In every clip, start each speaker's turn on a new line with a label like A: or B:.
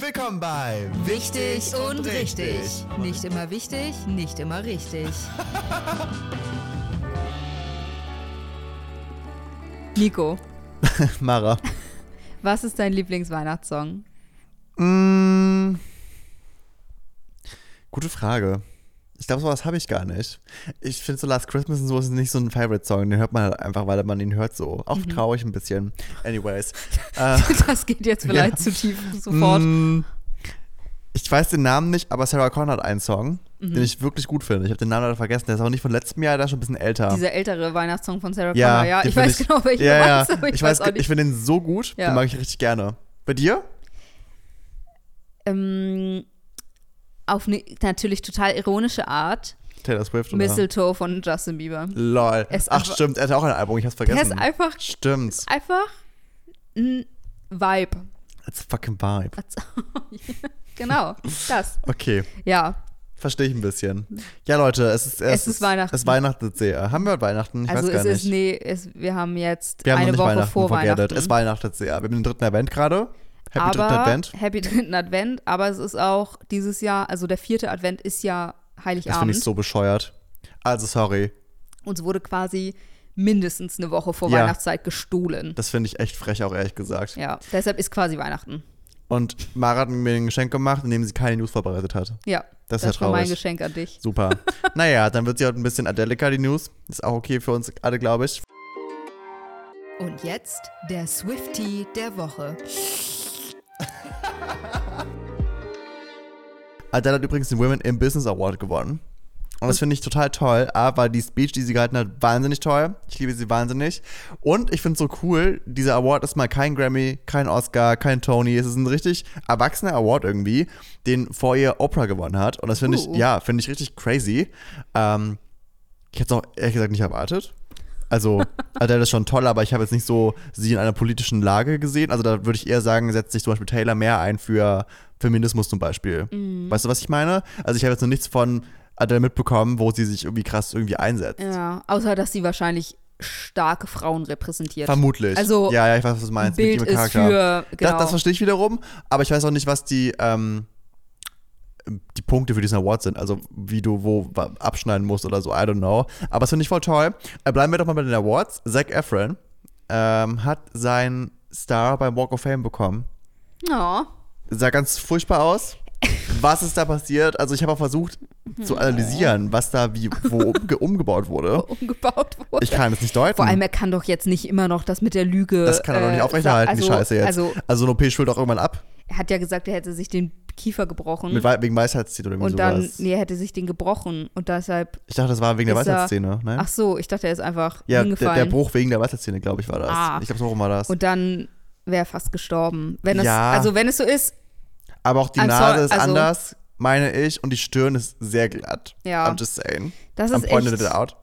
A: Willkommen bei
B: Wichtig und richtig. Nicht immer wichtig, nicht immer richtig. Nico,
A: Mara.
B: was ist dein Lieblingsweihnachtssong?
A: Mm. Gute Frage. Ich glaube, sowas habe ich gar nicht. Ich finde so Last Christmas und so ist nicht so ein Favorite-Song. Den hört man halt einfach, weil man ihn hört so.
B: Mhm.
A: Auch traurig ein bisschen. Anyways. äh,
B: Das geht jetzt vielleicht
A: Ja.
B: zu tief sofort.
A: Mm, Ich weiß den Namen nicht, aber Sarah Connor hat einen Song,
B: Mhm.
A: den ich wirklich gut finde. Ich habe den Namen leider vergessen. Der ist auch nicht von letztem Jahr, der ist schon ein bisschen älter.
B: Dieser ältere Weihnachtssong von Sarah
A: ja,
B: Connor, ja,
A: den
B: ich
A: find
B: weiß genau, welchen
A: ja,
B: du
A: ja.
B: meinst, aber ich, weiß
A: ge-
B: auch nicht.
A: Ich finde den so gut,
B: Ja.
A: den mag ich richtig gerne. Bei dir?
B: ähm, auf eine natürlich total ironische Art,
A: Taylor Swift oder?
B: Mistletoe von Justin Bieber.
A: Lol.
B: Er ist
A: Ach
B: einfach-
A: stimmt, er hatte auch ein Album, ich hab's vergessen.
B: Der ist einfach,
A: stimmt.
B: einfach ein Vibe.
A: It's a fucking vibe.
B: genau, das.
A: Okay,
B: Ja,
A: verstehe ich ein bisschen. Ja, Leute, es ist,
B: Es ist Weihnachten.
A: Es weihnachtet sehr. Haben wir heute Weihnachten? Ich
B: also
A: weiß gar
B: es
A: nicht.
B: ist, nee, es, wir haben jetzt
A: wir haben noch
B: eine
A: nicht
B: Woche
A: Weihnachten
B: vor
A: forget it.
B: Weihnachten.
A: Es weihnachtet sehr. Wir haben den dritten Advent gerade. Happy
B: aber,
A: dritten Advent.
B: Happy dritten Advent, aber es ist auch dieses Jahr, also der vierte Advent ist
A: Das
B: ja
A: finde
B: Heiligabend.
A: ich so bescheuert. Also sorry,
B: Uns wurde quasi mindestens eine Woche vor
A: Ja.
B: Weihnachtszeit gestohlen.
A: das finde ich echt frech auch ehrlich gesagt.
B: Ja, deshalb ist quasi Weihnachten.
A: Und Mara hat mir ein Geschenk gemacht, in dem sie keine News vorbereitet hat.
B: Ja,
A: Das ist ja
B: war mein
A: traurig.
B: Geschenk an dich.
A: Super. naja, dann wird sie heute ein bisschen Adelica, die News. Ist auch okay für uns alle, glaube ich.
B: Und jetzt der Swifty der Woche.
A: Adele Ah, hat übrigens den Women in Business Award gewonnen. Und das finde ich total toll. A, war die Speech, die sie gehalten hat, wahnsinnig toll. Ich liebe sie wahnsinnig. Und ich finde es so cool, dieser Award ist mal kein Grammy, kein Oscar, kein Tony. Es ist ein richtig erwachsener Award irgendwie, den vor ihr Oprah gewonnen hat. Und das finde
B: Uh.
A: ich, ja, finde ich richtig crazy. Ähm, ich hätte es auch ehrlich gesagt nicht erwartet. Also, Adele ist schon toll, aber ich habe jetzt nicht so sie in einer politischen Lage gesehen. Also, da würde ich eher sagen, setzt sich zum Beispiel Taylor mehr ein für Feminismus zum Beispiel.
B: Mhm.
A: Weißt du, was ich meine? Also, ich habe jetzt noch nichts von Adele mitbekommen, wo sie sich irgendwie krass irgendwie einsetzt.
B: Ja, außer dass sie wahrscheinlich starke Frauen repräsentiert.
A: Vermutlich.
B: Also,
A: ja, ja, ich weiß, was du meinst.
B: Bild
A: ihrem
B: ist für, genau.
A: das, das verstehe ich wiederum, aber ich weiß auch nicht, was die, ähm, die Punkte für diesen Award sind. Also, wie du wo wa- abschneiden musst oder so. I don't know. Aber das finde ich voll toll. Äh, Bleiben wir doch mal bei den Awards. Zac Efron ähm, hat seinen Star beim Walk of Fame bekommen.
B: Ja.
A: Sah ganz furchtbar aus. Was ist da passiert? Also, ich habe auch versucht zu analysieren, was da wie wo umge umgebaut wurde.
B: umgebaut wurde.
A: Ich kann es nicht deuten.
B: Vor allem, er kann doch jetzt nicht immer noch das mit der Lüge.
A: das kann er doch
B: äh,
A: nicht aufrechterhalten, die
B: also-
A: Scheiße jetzt. Also,
B: Also,
A: also eine OP schult auch irgendwann ab.
B: er hat ja gesagt, er hätte sich den Kiefer gebrochen.
A: Mit, Wei- wegen Weisheitszähne oder irgendwie
B: Mhm. und dann,
A: sowas.
B: nee, er hätte sich den gebrochen. Und deshalb,
A: Ich dachte, das war wegen der
B: Ist er-
A: Weisheitszähne, nein?
B: ach so, ich dachte, er ist einfach
A: ja, der,
B: hingefallen.
A: der Bruch wegen der Weisheitszähne, glaube ich, war das.
B: Ah.
A: Ich glaube, so rum war das.
B: und dann wäre er fast gestorben. Wenn es,
A: Ja.
B: Also, wenn es so ist,
A: Aber auch die
B: I'm
A: Nase
B: sorry,
A: ist
B: also-
A: anders, meine ich, und die Stirn ist sehr glatt.
B: Ja.
A: I'm just saying.
B: Das
A: I'm
B: ist
A: pointed
B: echt-
A: it out.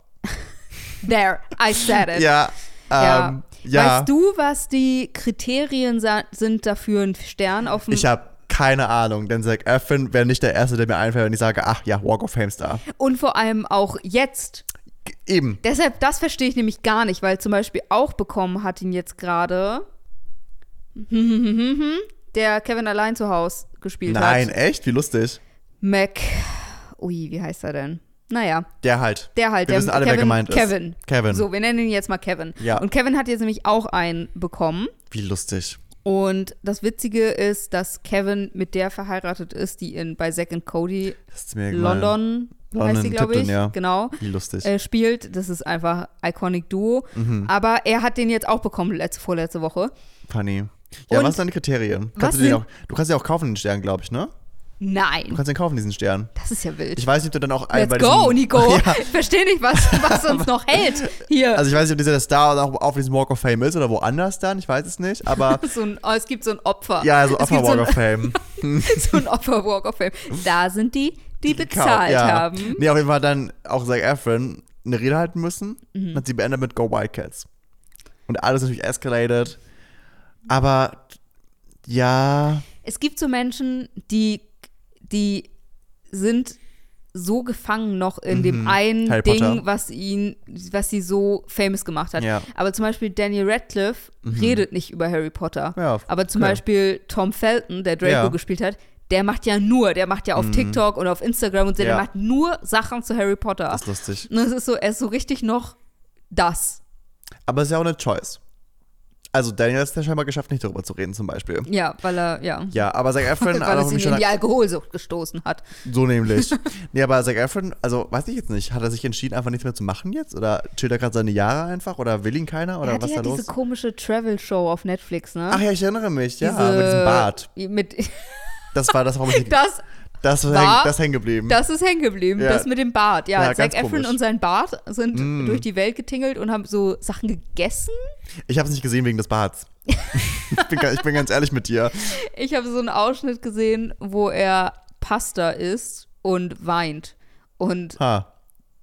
B: there, I said it.
A: Ja,
B: Ja.
A: ähm, ja.
B: Weißt du, was die Kriterien sa- sind dafür, einen Stern auf dem
A: ich habe keine Ahnung, denn Zac Efron wäre nicht der Erste, der mir einfällt, wenn ich sage, ach ja, Walk of Fame Star.
B: Und vor allem auch jetzt.
A: G- Eben.
B: Deshalb, das verstehe ich nämlich gar nicht, weil zum Beispiel auch bekommen hat ihn jetzt gerade der Kevin allein zu Hause gespielt
A: Nein,
B: hat.
A: echt? Wie lustig.
B: Mac. Ui, wie heißt er denn? Naja,
A: Der halt.
B: der halt.
A: Wir
B: der
A: wissen alle,
B: Kevin,
A: wer gemeint ist.
B: Kevin.
A: Kevin.
B: So, wir nennen ihn jetzt mal Kevin.
A: Ja.
B: Und Kevin hat jetzt nämlich auch einen bekommen.
A: Wie lustig.
B: Und das Witzige ist, dass Kevin mit der verheiratet ist, die in bei Zack and Cody
A: Das ist mir egal.
B: London, heißt sie,
A: London,
B: glaube ich.
A: Tipton, ja.
B: Genau.
A: Wie lustig.
B: äh, spielt. Das ist einfach Iconic Duo.
A: Mhm.
B: Aber er hat den jetzt auch bekommen, letzte, vorletzte Woche.
A: Funny. Ja,
B: Und-
A: was sind deine Kriterien?
B: Was
A: Kannst du, den
B: sind-
A: auch, du kannst ja auch kaufen, den Stern, glaube ich, ne? Du
B: Nein,
A: kannst den kaufen, diesen Stern.
B: das ist ja wild.
A: Ich weiß nicht, ob der dann auch einen
B: Let's
A: bei
B: go,
A: diesem-
B: Nico.
A: Ja,
B: Ich verstehe nicht, was, was uns noch hält hier.
A: also ich weiß nicht, ob dieser der Star auch auf diesem Walk of Fame ist oder woanders dann, ich weiß es nicht, aber
B: so ein, oh, es gibt so ein Opfer.
A: ja, also
B: es
A: auf der
B: gibt
A: Walk
B: so
A: of Fame.
B: ein, so ein Opfer Walk of Fame. Da sind die, die bezahlt
A: Genau, ja.
B: haben.
A: Nee, auf jeden Fall dann auch Zac Efron eine Rede halten müssen
B: Mhm.
A: und hat sie beendet mit Go Wildcats. Und alles natürlich escalated, aber ja,
B: Es gibt so Menschen, die, die sind so gefangen noch in dem einen
A: Mhm. Harry
B: Ding,
A: Potter.
B: was ihn, was sie so famous gemacht hat.
A: Ja. Mhm.
B: Aber zum Beispiel Daniel Radcliffe redet nicht über Harry Potter.
A: Ja,
B: Aber zum
A: klar.
B: Beispiel Tom Felton, der Draco
A: Ja. Mhm.
B: gespielt hat, der macht ja nur, der macht ja auf TikTok und auf Instagram und so, der
A: Ja.
B: macht nur Sachen zu Harry Potter.
A: Das ist lustig.
B: und es ist so, er ist so richtig noch das.
A: Aber es ist ja auch eine Choice. Also Daniel hat es ja scheinbar geschafft, nicht darüber zu reden, zum Beispiel.
B: Ja, weil er, ja.
A: Ja, aber Zac Efron,
B: Weil
A: Anna
B: es
A: von
B: ihn in
A: Michelin,
B: die Alkoholsucht gestoßen hat.
A: so nämlich. nee, aber Zac Efron, also weiß ich jetzt nicht, hat er sich entschieden, einfach nichts mehr zu machen jetzt? Oder chillt er gerade seine Jahre einfach? Oder will ihn keiner? Oder
B: er hatte
A: was
B: ja
A: da los?
B: diese komische Travel-Show auf Netflix, ne?
A: Ach ja, ich erinnere mich, ja,
B: diese,
A: mit diesem Bart.
B: Mit,
A: Das war das, warum ich nicht,
B: das,
A: das, war
B: war-
A: häng, das hängen geblieben.
B: das ist hängen geblieben,
A: Ja.
B: das mit dem Bart. Ja,
A: Ja,
B: Zac
A: ganz
B: Efron
A: komisch. Mm.
B: und sein Bart sind durch die Welt getingelt und haben so Sachen gegessen.
A: Ich habe es nicht gesehen wegen des Barts. ich, bin, ga- ich bin ganz ehrlich mit dir.
B: Ich habe so einen Ausschnitt gesehen, wo er Pasta isst und weint. Und
A: Ha.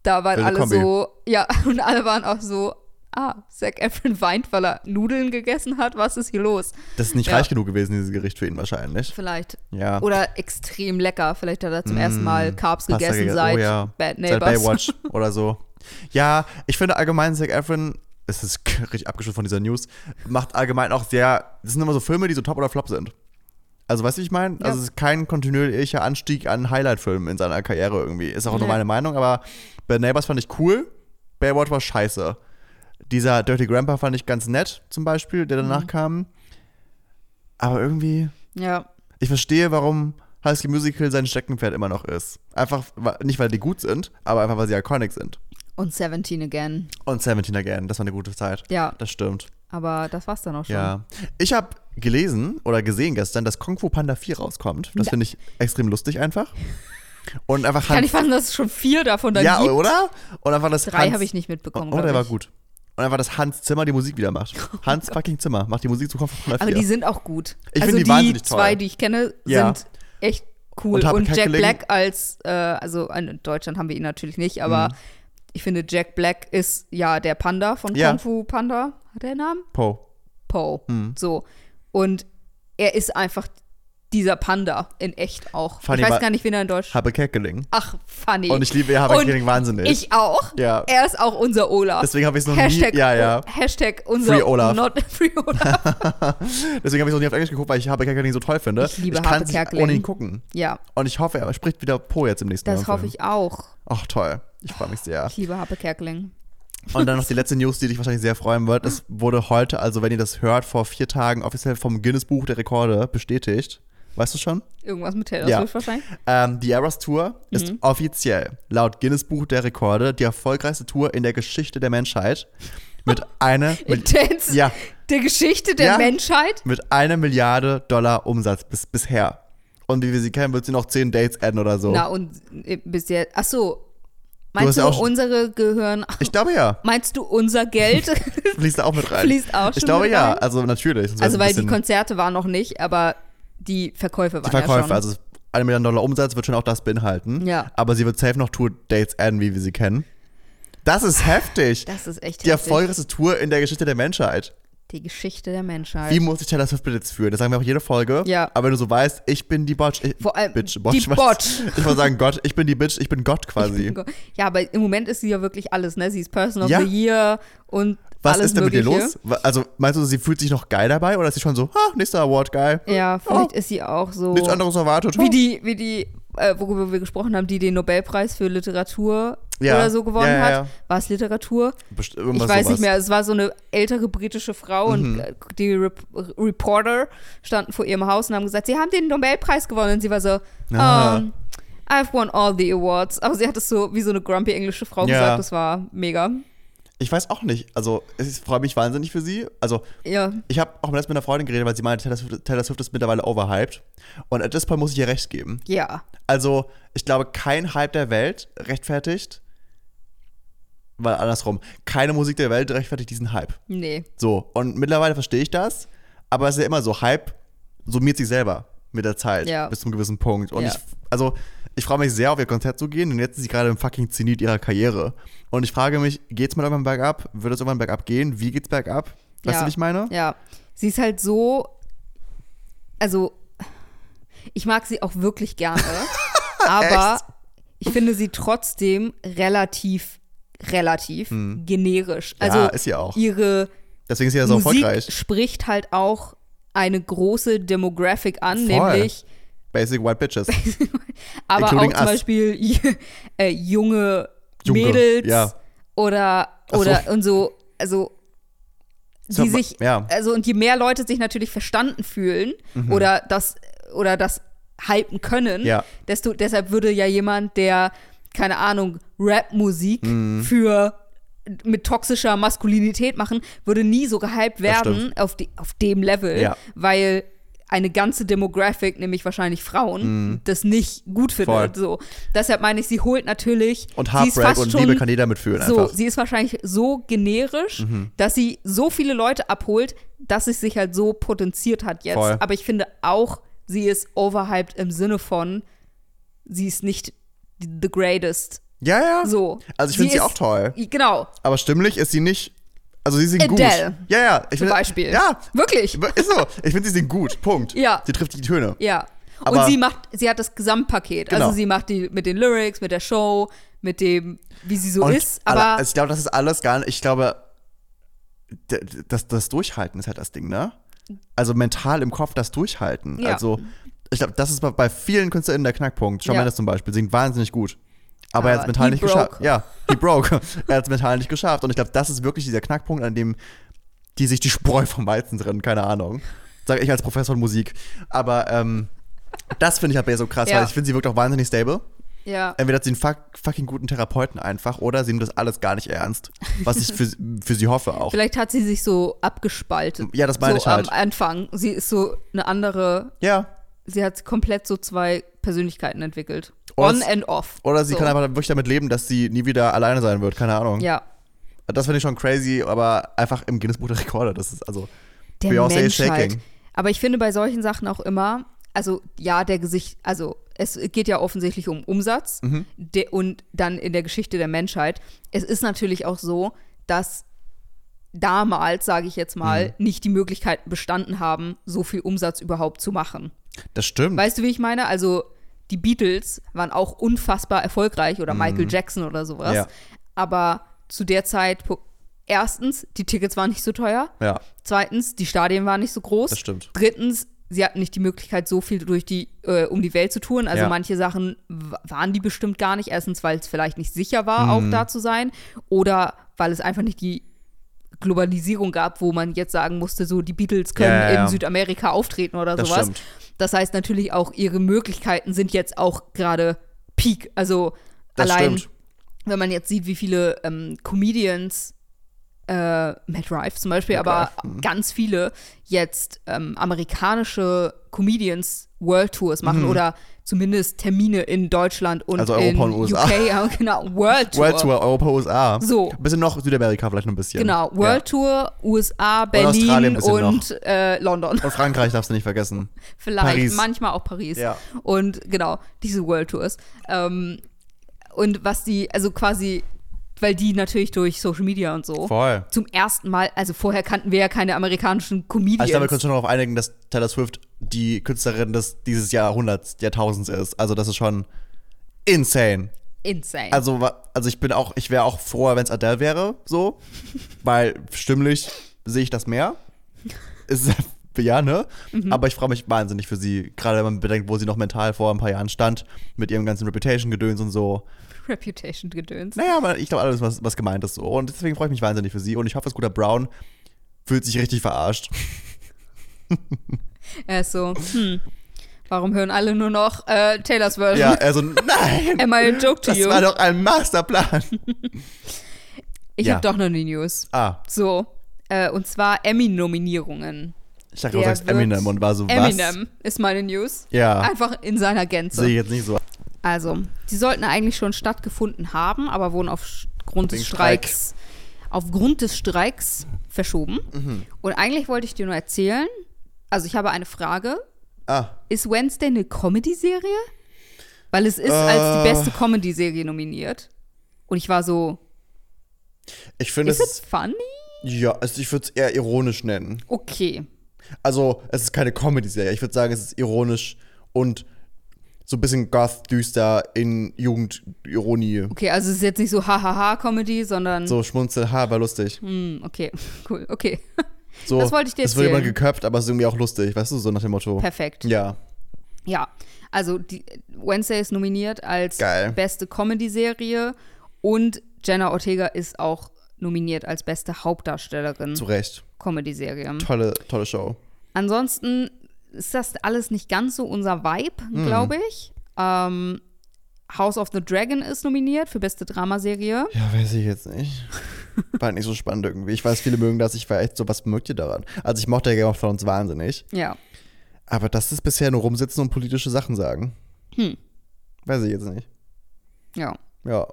B: da waren
A: Wilde
B: alle
A: Kombi.
B: so, ja, und alle waren auch so, ah, Zac Efron weint, weil er Nudeln gegessen hat. Was ist hier los?
A: Das ist nicht
B: Ja.
A: reich genug gewesen, dieses Gericht für ihn wahrscheinlich.
B: Vielleicht.
A: Ja.
B: Oder extrem lecker. Vielleicht hat er zum ersten Mal Carbs
A: Mm, Pasta
B: gegessen
A: gegessen.
B: seit
A: Oh ja.
B: Bad
A: Seit
B: Neighbors.
A: Baywatch oder so. Ja, ich finde allgemein, Zac Efron, es ist richtig abgeschnitten von dieser News, macht allgemein auch sehr, das sind immer so Filme, die so top oder flop sind. Also, weißt du, wie ich meine?
B: Ja.
A: Also, es ist kein kontinuierlicher Anstieg an Highlight-Filmen in seiner Karriere irgendwie. Ist auch
B: Nee.
A: nur meine Meinung, aber Bad Neighbors fand ich cool, Baywatch war scheiße. Dieser Dirty Grandpa fand ich ganz nett, zum Beispiel, der danach kam. Aber irgendwie,
B: Ja.
A: ich verstehe, warum High School Musical sein Steckenpferd immer noch ist. Einfach, wa- nicht weil die gut sind, aber einfach, weil sie iconic sind.
B: Und 17 again.
A: Und 17 Again, das war eine gute Zeit.
B: Ja,
A: Das stimmt.
B: aber das war's dann auch schon.
A: Ja. Ich habe gelesen oder gesehen gestern, dass Kung Fu Panda 4 rauskommt. Das
B: Ja.
A: finde ich extrem lustig einfach. Und einfach
B: Kann ich fanden, dass es schon vier davon da
A: Ja,
B: gibt.
A: oder? Und einfach das
B: Drei
A: Hans-
B: habe ich nicht mitbekommen.
A: Oh,
B: glaub
A: der war
B: ich. Oh
A: gut. Und einfach, dass Hans Zimmer die Musik wieder macht. Hans fucking Zimmer macht die Musik zu Kung Fu Panda 4.
B: Aber die sind auch gut.
A: Ich
B: also
A: find die wahnsinnig toll.
B: zwei, die ich kenne,
A: Ja.
B: sind echt cool.
A: Und
B: Und,
A: habe
B: Jack
A: Kakerlaken-
B: Black als, äh, also in Deutschland haben wir ihn natürlich nicht,
A: Mhm.
B: aber ich finde, Jack Black ist ja der Panda von
A: Ja.
B: Kung Fu Panda. Hat er einen Namen?
A: Po.
B: Poe.
A: Mhm.
B: So. Und er ist einfach dieser Panda in echt auch.
A: Funny,
B: ich weiß
A: wa-
B: gar nicht, wen er in Deutsch.
A: Habe Kekkeling.
B: Ach, funny.
A: Und ich liebe ja, habe
B: Und
A: Kekkeling wahnsinnig.
B: Ich auch.
A: Ja.
B: Er ist auch unser Olaf.
A: Deswegen habe ich es noch
B: Hashtag,
A: nie. Ja, ja.
B: Hashtag unser
A: Free Olaf.
B: Not Free Olaf.
A: Deswegen habe ich es noch nie auf Englisch geguckt, weil ich Habe Kerkeling so toll finde.
B: Ich liebe
A: ich kann
B: Habe
A: es
B: Kerkeling.
A: ohne ihn gucken.
B: ja,
A: Und ich hoffe, er spricht wieder Po jetzt im nächsten
B: das
A: neuen
B: hoffe
A: Film.
B: ich auch.
A: Ach toll. Ich freue mich sehr.
B: Ich liebe Happe Kerkeling.
A: Und dann noch die letzte News, die dich wahrscheinlich sehr freuen wird. Es wurde heute, also wenn ihr das hört, vor vier Tagen offiziell vom Guinness Buch der Rekorde bestätigt. Weißt du schon?
B: Irgendwas mit Taylor
A: Ja.
B: Swift wahrscheinlich.
A: Ähm, die Eras Tour ist
B: Mhm.
A: offiziell laut Guinness Buch der Rekorde die erfolgreichste Tour in der Geschichte der Menschheit. Mit einer, mit,
B: Intens.
A: ja,
B: Der Geschichte der
A: Ja.
B: Menschheit.
A: mit einer Milliarde Dollar Umsatz bis, bisher. Und wie wir sie kennen, wird sie noch zehn Dates adden oder so.
B: Na und äh, bis jetzt. Ach so.
A: hast
B: Meinst
A: ja
B: du,
A: auch schon-
B: unsere gehören.
A: Ich glaube ja.
B: Meinst du, unser Geld?
A: Fließt da auch mit rein.
B: Fließt auch schon
A: Ich glaube
B: mit
A: ja,
B: rein?
A: also natürlich. sonst wär's
B: also,
A: ein
B: weil die
A: bisschen-
B: Konzerte waren noch nicht, aber die Verkäufe waren
A: die Verkäufe,
B: ja schon.
A: also eine Milliarde Dollar Umsatz wird schon auch das beinhalten.
B: Ja.
A: Aber sie wird safe noch Tour-Dates adden, wie wir sie kennen. Das ist heftig.
B: das ist echt
A: die
B: heftig.
A: erfolgreichste Tour in der Geschichte der Menschheit.
B: Die Geschichte der Menschheit.
A: Wie muss ich Taylor Swift bitte jetzt fühlen? Das sagen wir auch jede Folge.
B: Ja.
A: Aber wenn du so weißt, ich bin die Botch. Ich,
B: Vor allem
A: Bitch,
B: die
A: Botch, was?
B: Botch.
A: Ich wollte sagen Gott, ich bin die Bitch, ich bin Gott quasi.
B: Ja, aber im Moment ist sie ja wirklich alles, ne? Sie ist Person of
A: Ja.
B: the Year und
A: was
B: alles
A: ist denn mit dir
B: Mögliche.
A: los? Wa- Also meinst du, sie fühlt sich noch geil dabei oder ist sie schon so, ha, nächster Award, geil.
B: Ja, vielleicht ist sie auch so.
A: Oh. Nichts anderes erwartet.
B: Wie die, wie die, äh, worüber wir gesprochen haben, die den Nobelpreis für Literatur
A: Ja.
B: oder so gewonnen
A: Ja, ja,
B: hat.
A: ja.
B: War es Literatur?
A: Best-
B: Ich
A: irgendwas
B: weiß
A: sowas. Mhm.
B: nicht mehr. Es war so eine ältere britische Frau und äh, die Rep Reporter standen vor ihrem Haus und haben gesagt, sie haben den Nobelpreis gewonnen. Und sie war so,
A: Ah.
B: um, I've won all the awards. Aber sie hat es so wie so eine grumpy englische Frau
A: Ja.
B: gesagt. Das war mega.
A: Ich weiß auch nicht. Also, ich freue mich wahnsinnig für sie. Also,
B: Ja.
A: ich habe auch letztens mit einer Freundin geredet, weil sie meinte, Taylor Swift, Taylor Swift ist mittlerweile overhyped. Und at this point muss ich ihr recht geben.
B: Ja.
A: Also, ich glaube, kein Hype der Welt rechtfertigt, weil andersrum, keine Musik der Welt rechtfertigt diesen Hype.
B: Nee.
A: So, und mittlerweile verstehe ich das, aber es ist ja immer so, Hype summiert sich selber mit der Zeit
B: Ja.
A: bis zum gewissen Punkt. Und
B: Ja.
A: ich, also, ich freue mich sehr, auf ihr Konzert zu gehen, denn jetzt ist sie gerade im fucking Zenit ihrer Karriere. Und ich frage mich, geht's mal irgendwann bergab? Wird es irgendwann bergab gehen? Wie geht's bergab? Weißt
B: ja.
A: du, wie ich meine?
B: Ja. Sie ist halt so. Also, ich mag sie auch wirklich gerne. aber ich finde sie trotzdem relativ, relativ generisch. Also
A: Hm. ja, ist sie auch.
B: ihre
A: Deswegen ist sie ja so
B: Musik
A: erfolgreich.
B: spricht halt auch eine große Demographic an,
A: Voll.
B: nämlich
A: Basic White Bitches.
B: aber auch
A: Including
B: zum
A: us.
B: Beispiel äh, junge,
A: Junge,
B: Mädels
A: ja.
B: oder
A: so.
B: oder und so also
A: So,
B: die sich
A: ja. Mhm.
B: also und je mehr Leute sich natürlich verstanden fühlen oder das oder das hypen können,
A: Ja.
B: desto deshalb würde ja jemand, der keine Ahnung Rap-Musik
A: Mhm.
B: für mit toxischer Maskulinität machen, würde nie so gehypt werden auf, die, auf dem Level,
A: Ja.
B: weil eine ganze Demographic, nämlich wahrscheinlich Frauen, das nicht gut
A: Mhm. Voll.
B: findet. So. Deshalb meine ich, sie holt natürlich.
A: Und
B: sie ist
A: Heartbreak
B: fast
A: und
B: schon-
A: Liebe kann jeder mitfühlen
B: so,
A: einfach. Mhm.
B: sie ist wahrscheinlich so generisch, dass sie so viele Leute abholt, dass es sich halt so potenziert hat jetzt.
A: Voll.
B: Aber ich finde auch, sie ist overhyped im Sinne von, sie ist nicht the greatest.
A: Ja, ja.
B: So.
A: Also ich finde sie
B: ist-
A: auch toll.
B: Genau,
A: Aber stimmlich ist sie nicht. Also sie singt gut. Ja,
B: Adele.
A: ja. Ich
B: zum
A: find-
B: Beispiel.
A: Ja.
B: Wirklich.
A: Ist so. Ich finde, sie singt gut. Punkt.
B: Ja.
A: Sie trifft die Töne.
B: Ja.
A: Aber-
B: und sie macht, sie hat das Gesamtpaket.
A: Genau.
B: Also sie macht die mit den Lyrics, mit der Show, mit dem, wie sie so
A: Und
B: ist.
A: alle-
B: Aber
A: also ich glaube, das ist alles gar nicht. Ich glaube, d- d- das, das Durchhalten ist halt das Ding, ne? Also mental im Kopf das Durchhalten.
B: Ja.
A: Also, ich glaube, das ist bei, bei vielen KünstlerInnen der Knackpunkt. Shawn
B: Ja.
A: Mendes zum Beispiel singt wahnsinnig gut. Aber, er hat es
B: Aber
A: mental
B: he
A: nicht
B: broke.
A: geschafft. Ja, he broke. er hat es mental nicht geschafft. Und ich glaube, das ist wirklich dieser Knackpunkt, an dem die sich die Spreu vom Weizen trennen. Keine Ahnung. Sage ich als Professor in Musik. Aber ähm, das finde ich halt bei ihr so krass,
B: Ja.
A: weil ich finde, sie wirkt auch wahnsinnig stable
B: ja.
A: entweder hat sie einen fuck, fucking guten Therapeuten einfach oder sie nimmt das alles gar nicht ernst, was ich für, für sie hoffe auch.
B: Vielleicht hat sie sich so abgespaltet.
A: Ja, das meine
B: so
A: ich halt.
B: Am Anfang. Sie ist so eine andere,
A: Ja,
B: sie hat komplett so zwei Persönlichkeiten entwickelt.
A: Oder
B: On
A: s-
B: and off.
A: oder sie
B: so.
A: kann einfach wirklich damit leben, dass sie nie wieder alleine sein wird, keine Ahnung.
B: Ja.
A: Das finde ich schon crazy, aber einfach im Guinness Buch der Rekorde, das ist also
B: Der
A: Beyoncé is
B: Mensch halt.
A: shaking.
B: Aber ich finde bei solchen Sachen auch immer, also ja, der Gesicht, also es geht ja offensichtlich um Umsatz
A: Mhm.
B: der, und dann in der Geschichte der Menschheit. Es ist natürlich auch so, dass damals, sage ich jetzt mal,
A: Mhm.
B: nicht die Möglichkeiten bestanden haben, so viel Umsatz überhaupt zu machen.
A: das stimmt.
B: Weißt du, wie ich meine? Also die Beatles waren auch unfassbar erfolgreich oder Michael Jackson oder sowas.
A: Mhm. Ja.
B: Aber zu der Zeit, pu- erstens, die Tickets waren nicht so teuer.
A: ja,
B: Zweitens, die Stadien waren nicht so groß.
A: Das stimmt.
B: Drittens, sie hatten nicht die Möglichkeit, so viel durch die, äh, um die Welt zu touren. Also
A: Ja.
B: manche Sachen w- waren die bestimmt gar nicht. Erstens, weil es vielleicht nicht sicher
A: Mhm.
B: war, auch da zu sein. Oder weil es einfach nicht die Globalisierung gab, wo man jetzt sagen musste, so die Beatles können
A: Ja, ja, ja.
B: in Südamerika auftreten oder
A: Das
B: sowas.
A: stimmt.
B: Das heißt natürlich auch, ihre Möglichkeiten sind jetzt auch gerade Peak. Also
A: das
B: allein
A: stimmt.
B: wenn man jetzt sieht, wie viele ähm, Comedians, äh, Matt Rife zum Beispiel,
A: Matt
B: aber
A: Rife, mhm.
B: ganz viele jetzt ähm, amerikanische Comedians World Tours machen oder zumindest Termine in Deutschland und
A: Mhm. Also
B: in
A: Europa und USA.
B: UK, ja, genau, World Tour.
A: World Tour, Europa, USA.
B: So.
A: Ein bisschen noch Südamerika vielleicht noch ein bisschen.
B: Genau, World Tour, USA,
A: Australien ein
B: Berlin
A: bisschen
B: und äh, London.
A: Ja. Und Frankreich darfst du nicht vergessen.
B: Vielleicht,
A: Paris.
B: manchmal auch Paris.
A: Ja.
B: Und genau, diese World Tours. Ähm, und was die, also quasi, weil die natürlich durch Social Media und so
A: Voll.
B: zum ersten Mal, also vorher kannten wir ja keine amerikanischen Comedians.
A: Also ich glaube, wir können uns schon darauf einigen, dass Taylor Swift die Künstlerin des, dieses Jahrhunderts, Jahrtausends ist. Also das ist schon insane.
B: Insane.
A: Also, wa- also ich bin auch, ich wäre auch froher, wenn es Adele wäre, so. Weil stimmlich sehe ich das mehr. Ist, ja, ne?
B: Mhm.
A: Aber ich freue mich wahnsinnig für sie, gerade wenn man bedenkt, wo sie noch mental vor ein paar Jahren stand, mit ihrem ganzen Reputation-Gedöns und so.
B: Reputation-Gedöns.
A: Naja, aber ich glaube, alles, was, was gemeint ist, so. Und deswegen freue ich mich wahnsinnig für sie. Und ich hoffe, dass guter Brown fühlt sich richtig verarscht.
B: Er ist so, hm, warum hören alle nur noch äh, Taylors Version?
A: Ja, also, nein!
B: Am I a joke to
A: das
B: you?
A: war doch ein Masterplan.
B: Ich
A: ja.
B: habe doch noch die News.
A: Ah,
B: So, äh, und zwar Emmy-Nominierungen.
A: ich dachte, du
B: Der
A: sagst Eminem
B: wird
A: und war so, was?
B: Eminem ist meine News.
A: Ja,
B: Einfach in seiner Gänze.
A: sehe ich jetzt nicht so.
B: Also, die sollten eigentlich schon stattgefunden haben, aber wurden aufgrund
A: Wegen
B: des
A: Streik.
B: Streiks, aufgrund des Streiks verschoben.
A: Mhm.
B: Und eigentlich wollte ich dir nur erzählen, also ich habe eine Frage.
A: Ah,
B: Ist Wednesday eine Comedy-Serie? Weil es ist als die
A: Äh.
B: beste Comedy-Serie nominiert. Und ich war so,
A: ich finde,
B: ist
A: es
B: es
A: ist
B: funny?
A: Ja, also ich würde es eher ironisch nennen.
B: Okay.
A: Also, es ist keine Comedy-Serie. Ich würde sagen, es ist ironisch und so ein bisschen goth, düster in Jugendironie.
B: Okay, also es ist jetzt nicht so Hahaha-Comedy, sondern.
A: So schmunzel, ha, war lustig.
B: Hm, okay, cool, okay.
A: So,
B: Das wollte ich dir
A: Es wird immer
B: erzählen.
A: geköpft, aber es ist irgendwie auch lustig, weißt du, so nach dem Motto.
B: Perfekt.
A: Ja.
B: Ja, also die Wednesday ist nominiert als
A: Geil.
B: beste Comedy-Serie und Jenna Ortega ist auch nominiert als beste Hauptdarstellerin
A: Zu Recht.
B: Comedy-Serie.
A: Tolle, tolle Show.
B: Ansonsten ist das alles nicht ganz so unser Vibe,
A: Hm.
B: glaube ich. Ähm, House of the Dragon ist nominiert für beste Dramaserie.
A: Ja, weiß ich jetzt nicht. War halt nicht so spannend irgendwie. Ich weiß, viele mögen das. Ich war echt so, was mögt ihr daran? Also ich mochte ja Game of Thrones wahnsinnig.
B: Ja,
A: Aber das ist bisher nur rumsitzen und politische Sachen sagen.
B: Hm.
A: Weiß ich jetzt nicht.
B: ja.
A: Ja.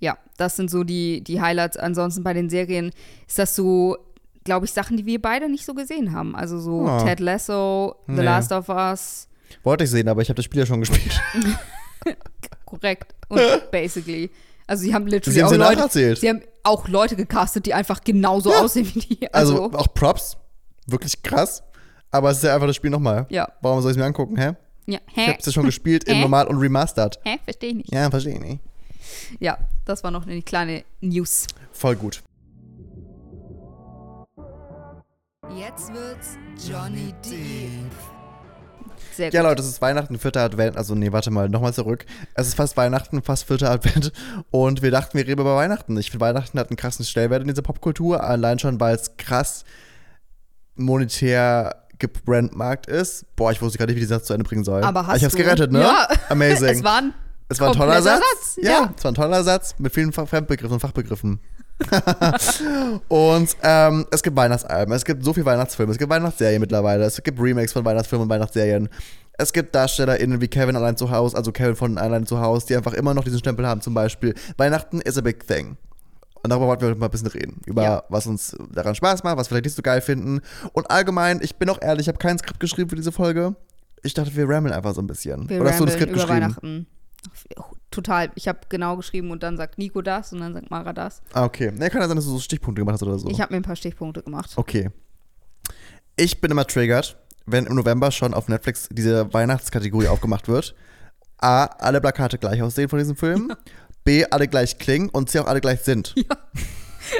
B: Ja, das sind so die, die Highlights. Ansonsten bei den Serien ist das so, glaube ich, Sachen, die wir beide nicht so gesehen haben. Also so
A: Ja.
B: Ted Lasso, The
A: Ah. Nee.
B: Last of Us,
A: Wollte ich sehen, aber ich habe das Spiel ja schon gespielt.
B: korrekt. Und basically. Also sie haben literally
A: Sie haben
B: auch
A: sie
B: Leute,
A: nacherzählt.
B: sie haben auch Leute gecastet, die einfach genauso
A: Ja.
B: aussehen wie die.
A: Also
B: Also,
A: auch Props. Wirklich krass. Aber es ist ja einfach das Spiel nochmal.
B: Ja.
A: Warum soll ich es mir angucken, hä?
B: ja,
A: Ich
B: hä,
A: hab's ja schon gespielt in
B: Hä?
A: normal und remastered.
B: hä, verstehe ich nicht.
A: Ja, verstehe ich nicht.
B: Ja, das war noch eine kleine News.
A: Voll gut.
B: Jetzt wird's Johnny Depp. Sehr gut.
A: Ja, Leute, es ist Weihnachten, vierter Advent. Also, nee, warte mal, nochmal zurück. Es ist fast Weihnachten, fast vierter Advent. Und wir dachten, wir reden über Weihnachten. Ich finde, Weihnachten hat einen krassen Stellwert in dieser Popkultur. Allein schon, weil es krass monetär gebrandmarkt ist. Boah, ich wusste gar nicht, wie die Satz zu Ende bringen soll.
B: Aber hast
A: ich hab's
B: du-
A: gerettet, ne?
B: Ja.
A: Amazing.
B: Es war ein,
A: Es war ein toller
B: kompletter
A: Satz.
B: Satz,
A: Ja,
B: ja.
A: es war ein toller Satz mit vielen Fach- Fremdbegriffen und Fachbegriffen. und ähm, es gibt Weihnachtsalben, es gibt so viel Weihnachtsfilme, es gibt Weihnachtsserien mittlerweile, es gibt Remakes von Weihnachtsfilmen und Weihnachtsserien. Es gibt DarstellerInnen wie Kevin allein zu Hause, also Kevin von allein zu Hause, die einfach immer noch diesen Stempel haben, zum Beispiel. Weihnachten is a big thing. Und darüber wollten wir heute mal ein bisschen reden. Über
B: Ja.
A: was uns daran Spaß macht, was wir vielleicht nicht so geil finden. Und allgemein, ich bin auch ehrlich, ich habe kein Skript geschrieben für diese Folge. Ich dachte, wir rammeln einfach so ein bisschen.
B: wir
A: Oder hast du ein
B: rambln
A: Skript
B: über
A: geschrieben?
B: Weihnachten. Oh, Total. Ich habe genau geschrieben und dann sagt Nico das und dann sagt Mara das.
A: Ah, okay. Ja, kann ja sein, dass du so Stichpunkte gemacht hast oder so.
B: Ich habe mir ein paar Stichpunkte gemacht.
A: okay. Ich bin immer triggert, wenn im November schon auf Netflix diese Weihnachtskategorie aufgemacht wird. A, alle Plakate gleich aussehen von diesem Film. B, alle gleich klingen und C, auch alle gleich sind.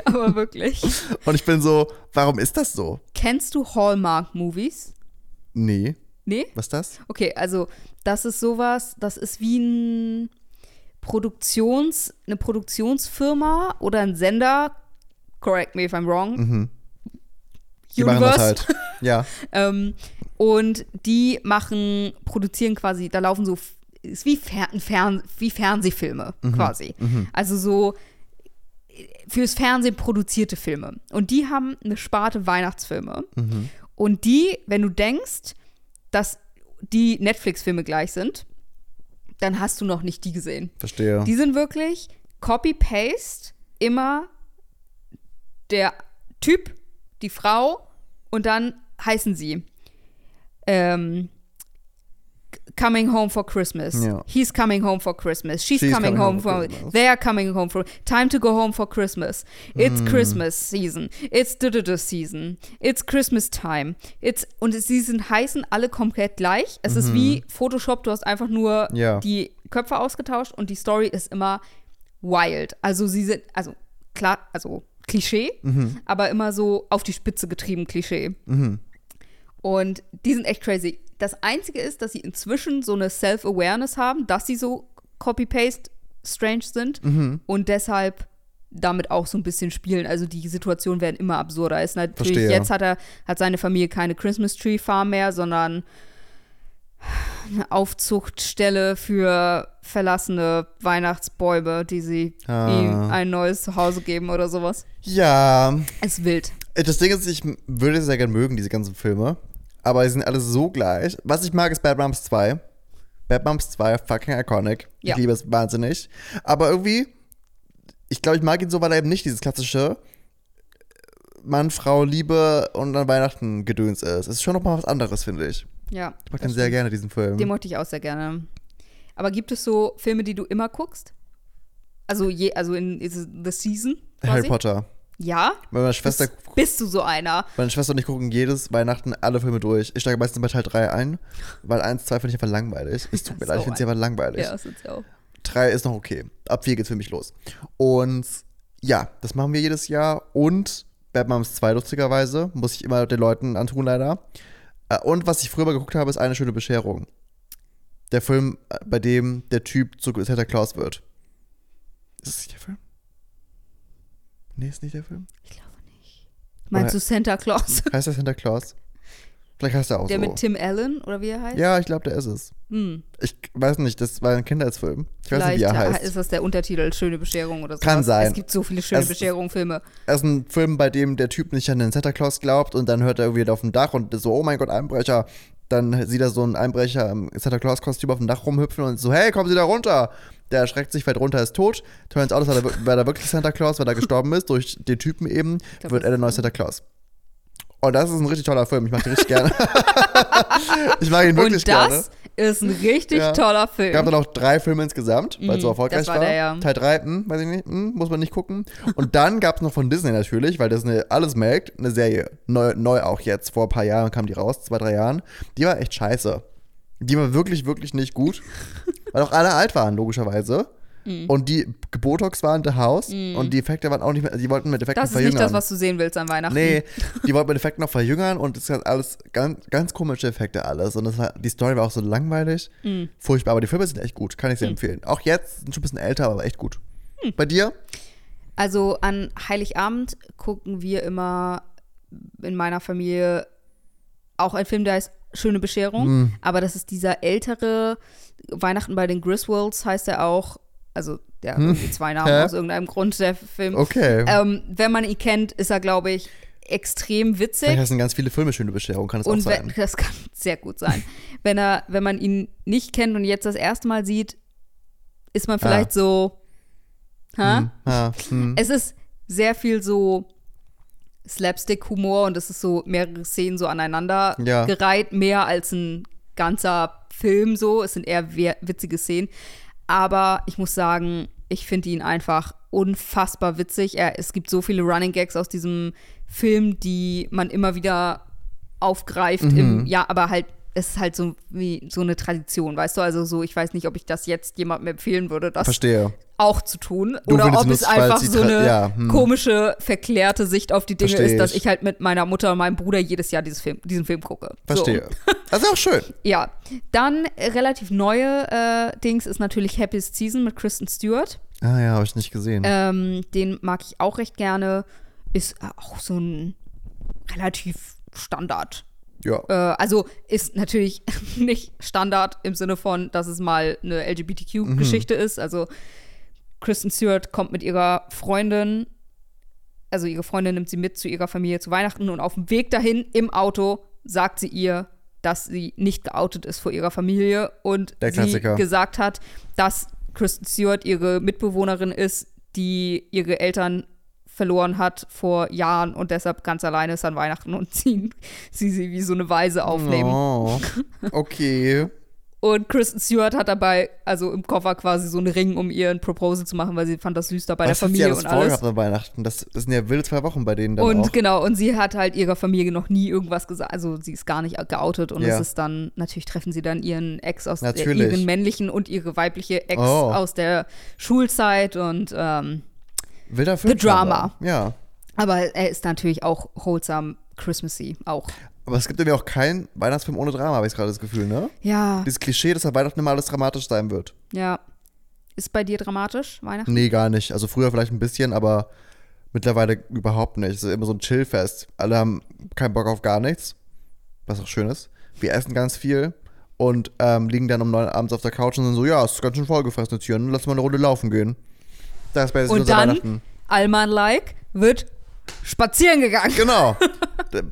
B: Aber wirklich.
A: Und ich bin so, warum ist das so?
B: Kennst du Hallmark-Movies?
A: Nee.
B: Nee?
A: Was ist das?
B: Okay, also das ist sowas, das ist wie ein Produktions, eine Produktionsfirma oder ein Sender, correct me if I'm wrong.
A: Mhm. Die machen das halt. Ja.
B: Ähm, und die machen, produzieren quasi, da laufen so, ist wie, Fer ein Fern wie Fernsehfilme quasi. Also so fürs Fernsehen produzierte Filme. Und die haben eine Sparte Weihnachtsfilme. Und die, wenn du denkst, dass die Netflix-Filme gleich sind, dann hast du noch nicht die gesehen.
A: Verstehe.
B: Die sind wirklich Copy-Paste, immer der Typ, die Frau und dann heißen sie ähm, Coming Home for Christmas.
A: Ja.
B: He's coming home for Christmas. She's, coming, home, for
A: Christmas.
B: They are coming home for Time to go home for Christmas. It's Christmas season. It's dududu season. It's Christmas time. It's und sie sind heißen alle komplett gleich. Es ist wie Photoshop, du hast einfach nur
A: Ja.
B: die Köpfe ausgetauscht und die Story ist immer wild. Also sie sind, also klar, also Klischee, aber immer so auf die Spitze getrieben Klischee. Und die sind echt crazy. Das Einzige ist, dass sie inzwischen so eine Self-Awareness haben, dass sie so copy-paste strange sind
A: Mhm.
B: und deshalb damit auch so ein bisschen spielen. Also die Situationen werden immer absurder. Ist natürlich,
A: Verstehe.
B: jetzt hat er, hat seine Familie keine Christmas Tree Farm mehr, sondern eine Aufzuchtstelle für verlassene Weihnachtsbäume, die sie
A: Ah.
B: ihm ein neues Zuhause geben oder sowas.
A: Ja.
B: Ist wild.
A: Das Ding ist, ich würde sehr gerne mögen, diese ganzen Filme. Aber sie sind alle so gleich. Was ich mag, ist Bad Moms 2. Bad Moms 2, fucking iconic.
B: Ja.
A: Ich liebe es wahnsinnig. Aber irgendwie, ich glaube, ich mag ihn so, weil er eben nicht dieses klassische äh, Mann, Frau, Liebe und an Weihnachten gedöns ist. Es ist schon nochmal was anderes, finde ich.
B: Ja.
A: Ich mag den sehr gerne, diesen Film.
B: Den mochte ich auch sehr gerne. Aber gibt es so Filme, die du immer guckst? Also je, also in is it The Season? Quasi?
A: Harry Potter.
B: Ja?
A: Meine Schwester,
B: Bist- Bist du so einer?
A: meine Schwester und ich gucken jedes Weihnachten alle Filme durch. Ich steige meistens bei Teil 3 ein, weil 1, 2 finde ich einfach langweilig. Es tut mir
B: so
A: leid, ich finde sie
B: ein-
A: einfach langweilig.
B: Ja, das ist auch.
A: 3 ist noch okay. Ab 4 geht's für mich los. Und ja, das machen wir jedes Jahr. Und Bad Moms 2, lustigerweise, muss ich immer den Leuten antun, leider. Äh, Und was ich früher mal geguckt habe, ist eine schöne Bescherung. Der Film, äh, bei dem der Typ zu Santa Claus wird. Ist das nicht der Film? Nee, ist nicht der Film.
B: Ich glaube nicht. Meinst du Santa Claus?
A: Heißt der Santa Claus? Vielleicht heißt er auch
B: Der
A: so.
B: mit Tim Allen oder wie er heißt?
A: ja, ich glaube, der ist es.
B: Hm,
A: Ich weiß nicht, das war ein Kindheitsfilm. Ich weiß nicht, wie er
B: vielleicht ah,
A: heißt.
B: ist das der Untertitel Schöne Bescherung oder so.
A: Kann sein.
B: Es gibt so viele schöne
A: Es-
B: Bescherung-Filme.
A: Das ist ein Film, bei dem der Typ nicht an den Santa Claus glaubt und dann hört er irgendwie auf dem Dach und so, oh mein Gott, Einbrecher. Dann sieht er so einen Einbrecher im Santa Claus-Kostüm auf dem Dach rumhüpfen und so, hey, kommen Sie da runter! Der erschreckt sich, fällt runter, ist tot. Turns out, es war da wir- war da wirklich Santa Claus, weil er gestorben ist, durch den Typen eben,
B: glaub,
A: wird
B: das
A: er der neue Santa Claus. Und das ist ein richtig toller Film, ich mag den richtig gerne. ich mag ihn wirklich
B: Und das
A: gerne.
B: ist ein richtig
A: Ja.
B: toller
A: Gab
B: Film.
A: dann auch drei Filme insgesamt, weil es so
B: Mhm,
A: erfolgreich
B: das war der, ja.
A: Teil 3, hm, weiß ich nicht, hm, muss man nicht gucken. Und dann gab es noch von Disney natürlich, weil Disney alles merkt, eine Serie. Neu, neu auch jetzt, vor ein paar Jahren kam die raus, zwei, drei Jahren. Die war echt scheiße. Die war wirklich, wirklich nicht gut. weil auch alle alt waren, logischerweise.
B: Mhm.
A: Und die Botox waren der Haus und die Effekte waren auch nicht mehr, also die wollten mit Effekten
B: Das ist
A: verjüngern.
B: nicht das, was du sehen willst an Weihnachten.
A: Nee, die wollten mit Effekten noch verjüngern und es hat alles ganz, ganz komische Effekte alles. Und das war, die Story war auch so langweilig.
B: Mhm.
A: Furchtbar, aber die Filme sind echt gut, kann ich sehr empfehlen. Auch jetzt sind schon ein bisschen älter, aber echt gut.
B: Mhm.
A: Bei dir?
B: Also an Heiligabend gucken wir immer in meiner Familie auch ein Film, der heißt Schöne Bescherung.
A: Mhm.
B: Aber das ist dieser ältere Weihnachten bei den Griswolds, heißt er auch. Also der hat irgendwie zwei Namen
A: Hm. Hä?
B: aus irgendeinem Grund, der Film.
A: Okay.
B: Ähm, wenn man ihn kennt, ist er, glaube ich, extrem witzig.
A: Vielleicht hast du ganz viele Filme schöne Bescherung, kann es auch
B: Und wenn,
A: sein.
B: das kann sehr gut sein. wenn, er, wenn man ihn nicht kennt und jetzt das erste Mal sieht, ist man vielleicht so. Hä?
A: Ah. Hm, ah, hm.
B: Es ist sehr viel so Slapstick-Humor und es ist so mehrere Szenen so aneinander
A: Ja.
B: gereiht, mehr als ein ganzer Film so. Es sind eher we- witzige Szenen. Aber ich muss sagen, ich finde ihn einfach unfassbar witzig. Er, es gibt so viele Running Gags aus diesem Film, die man immer wieder aufgreift
A: Mhm.
B: im, ja, aber halt, es ist halt so wie so eine Tradition, weißt du? Also so, ich weiß nicht, ob ich das jetzt jemandem empfehlen würde, das
A: Verstehe.
B: auch zu tun
A: Du
B: oder
A: findest
B: ob
A: ihn
B: es
A: lustig, weil
B: einfach
A: sie
B: so
A: tra-
B: eine
A: ja, hm.
B: komische, verklärte Sicht auf die Dinge
A: Versteh
B: ist, dass
A: ich.
B: ich halt mit meiner Mutter und meinem Bruder jedes Jahr dieses Film, diesen Film gucke.
A: Verstehe. Das ist auch schön.
B: So, ja. Dann äh, relativ neue äh, Dings ist natürlich Happiest Season mit Kristen Stewart.
A: Ah ja, habe ich nicht gesehen.
B: Ähm, den mag ich auch recht gerne. Ist auch so ein relativ Standard
A: ja.
B: äh, also ist natürlich nicht Standard im Sinne von, dass es mal eine
A: Mhm.
B: LGBTQ-Geschichte ist. Also Kristen Stewart kommt mit ihrer Freundin, also ihre Freundin nimmt sie mit zu ihrer Familie zu Weihnachten und auf dem Weg dahin im Auto sagt sie ihr, dass sie nicht geoutet ist vor ihrer Familie und
A: Der
B: sie
A: Klassiker.
B: gesagt hat, dass Kristen Stewart ihre Mitbewohnerin ist, die ihre Eltern verloren hat vor Jahren und deshalb ganz alleine ist an Weihnachten und sie, sie sie wie so eine Weise aufnehmen.
A: oh. Okay.
B: Und Kristen Stewart hat dabei, also im Koffer quasi so einen Ring, um ihr ein Proposal zu machen, weil sie fand das süß da bei
A: Was
B: der
A: hat sie
B: Familie
A: alles
B: und alles.
A: vorgehabt an Weihnachten? Das, das sind ja wilde zwei Wochen bei denen dann
B: Und
A: auch.
B: genau, und sie hat halt ihrer Familie noch nie irgendwas gesagt. Also sie ist gar nicht geoutet und
A: Ja.
B: es ist dann, natürlich treffen sie dann ihren Ex aus
A: Natürlich.
B: der, ihren männlichen und ihre weibliche Ex
A: Oh.
B: aus der Schulzeit und ähm,
A: Wilder Film.
B: The Drama.
A: Ja.
B: aber er ist natürlich auch wholesome, Christmassy auch.
A: Aber es gibt irgendwie auch keinen Weihnachtsfilm ohne Drama, habe ich gerade das Gefühl, ne?
B: Ja,
A: Dieses Klischee, dass an Weihnachten immer alles dramatisch sein wird.
B: ja. Ist bei dir dramatisch, Weihnachten?
A: Nee, gar nicht. Also früher vielleicht ein bisschen, aber mittlerweile überhaupt nicht. Es ist immer so ein Chillfest. Alle haben keinen Bock auf gar nichts, was auch schön ist. Wir essen ganz viel und ähm, liegen dann um neun abends auf der Couch und sind so, ja, es ist ganz schön vollgefressen jetzt hier, ne? lass mal eine Runde laufen gehen. Das ist bei
B: Und
A: Weihnachten.
B: dann, Alman-like, wird spazieren gegangen.
A: Genau.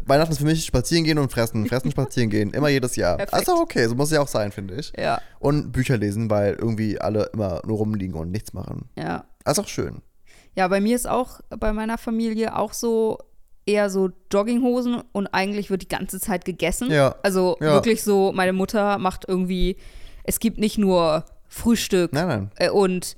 A: Weihnachten ist für mich spazieren gehen und fressen. Fressen, spazieren gehen. Immer jedes Jahr.
B: Perfekt.
A: Also okay, so muss es ja auch sein, finde ich.
B: Ja,
A: Und Bücher lesen, weil irgendwie alle immer nur rumliegen und nichts machen.
B: ja.
A: Das ist auch schön.
B: Ja, bei mir ist auch, bei meiner Familie auch so eher so Jogginghosen und eigentlich wird die ganze Zeit gegessen.
A: Ja.
B: Also
A: Ja.
B: wirklich so, meine
A: Ne?
B: Mutter macht irgendwie, es gibt nicht nur Frühstück
A: Nein, nein.
B: äh, und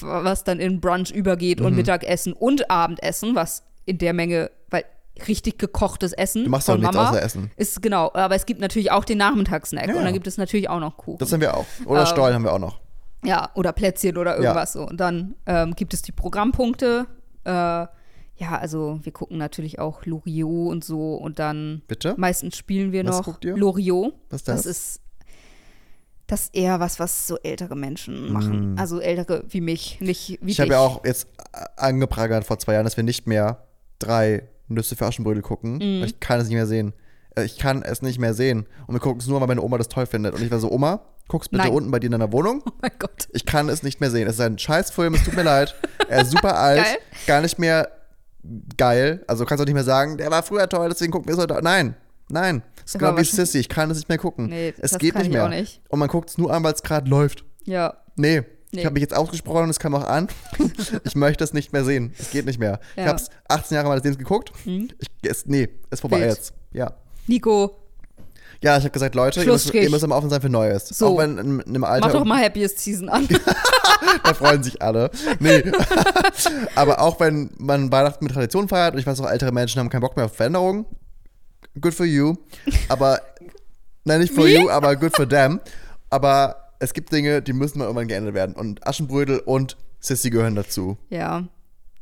B: was dann in Brunch übergeht
A: Mhm.
B: und Mittagessen und Abendessen, was in der Menge, weil richtig gekochtes Essen
A: Du machst
B: von
A: doch nichts
B: Mama
A: außer Essen.
B: ist genau, aber es gibt natürlich auch den Nachmittagssnack
A: Ja,
B: und
A: ja.
B: dann gibt es natürlich auch noch Kuchen.
A: Das haben wir auch. Oder
B: Ähm,
A: Stollen haben wir auch noch.
B: Ja, oder Plätzchen oder irgendwas so. Und dann ähm, gibt es die Programmpunkte. Äh, ja, also wir gucken natürlich auch Loriot und so und dann
A: Bitte?
B: meistens spielen wir
A: Was
B: noch
A: guckt ihr?
B: Loriot.
A: Was ist das?
B: Das ist das ist eher was, was so ältere Menschen machen. Also ältere wie mich, nicht wie
A: Mm. Ich habe ja auch jetzt angeprangert vor zwei Jahren, dass wir nicht mehr drei Nüsse für Aschenbrödel gucken.
B: Mhm.
A: Weil ich kann es nicht mehr sehen. Äh, Ich kann es nicht mehr sehen. Und wir gucken es nur, weil meine Oma das toll findet. Und ich war so, Oma, guck's bitte
B: Nein.
A: unten bei dir in deiner Wohnung.
B: Oh mein Gott.
A: Ich kann es nicht mehr sehen. Es ist ein Scheißfilm, es tut mir leid. Er ist super alt,
B: Geil.
A: gar nicht mehr geil. Also kannst du auch nicht mehr sagen, der war früher toll, deswegen gucken wir es heute. Nein, nein. Es ist
B: Aber
A: genau wie
B: wahrscheinlich-
A: Sissy, ich kann es nicht mehr gucken.
B: Nee,
A: es
B: das
A: geht
B: kann
A: nicht
B: ich
A: mehr.
B: auch nicht.
A: Und man guckt es nur an, weil es gerade läuft.
B: Ja.
A: Nee.
B: Nee.
A: Ich habe mich jetzt ausgesprochen und es kam auch an. ich möchte es nicht mehr sehen. Es geht nicht mehr. Ich
B: Ja. Mhm.
A: habe es 18 Jahre meines Lebens geguckt. Ich, es, nee, ist vorbei
B: Wild.
A: jetzt. Ja.
B: Nico,
A: Ja, ich habe gesagt, Leute, ihr müsst,
B: Schlussstrich.
A: ihr müsst am Offen sein für Neues.
B: So.
A: Auch wenn in, in einem
B: mach doch
A: Alter,
B: mal Happiest Season an.
A: da freuen sich alle. Nee. Aber auch wenn man Weihnachten mit Tradition feiert und ich weiß auch, ältere Menschen haben keinen Bock mehr auf Veränderungen. Good for you. Aber, nein, nicht for
B: Wie?
A: you, aber good for them. Aber es gibt Dinge, die müssen mal irgendwann geändert werden. Und Aschenbrödel und Sissy gehören dazu.
B: ja.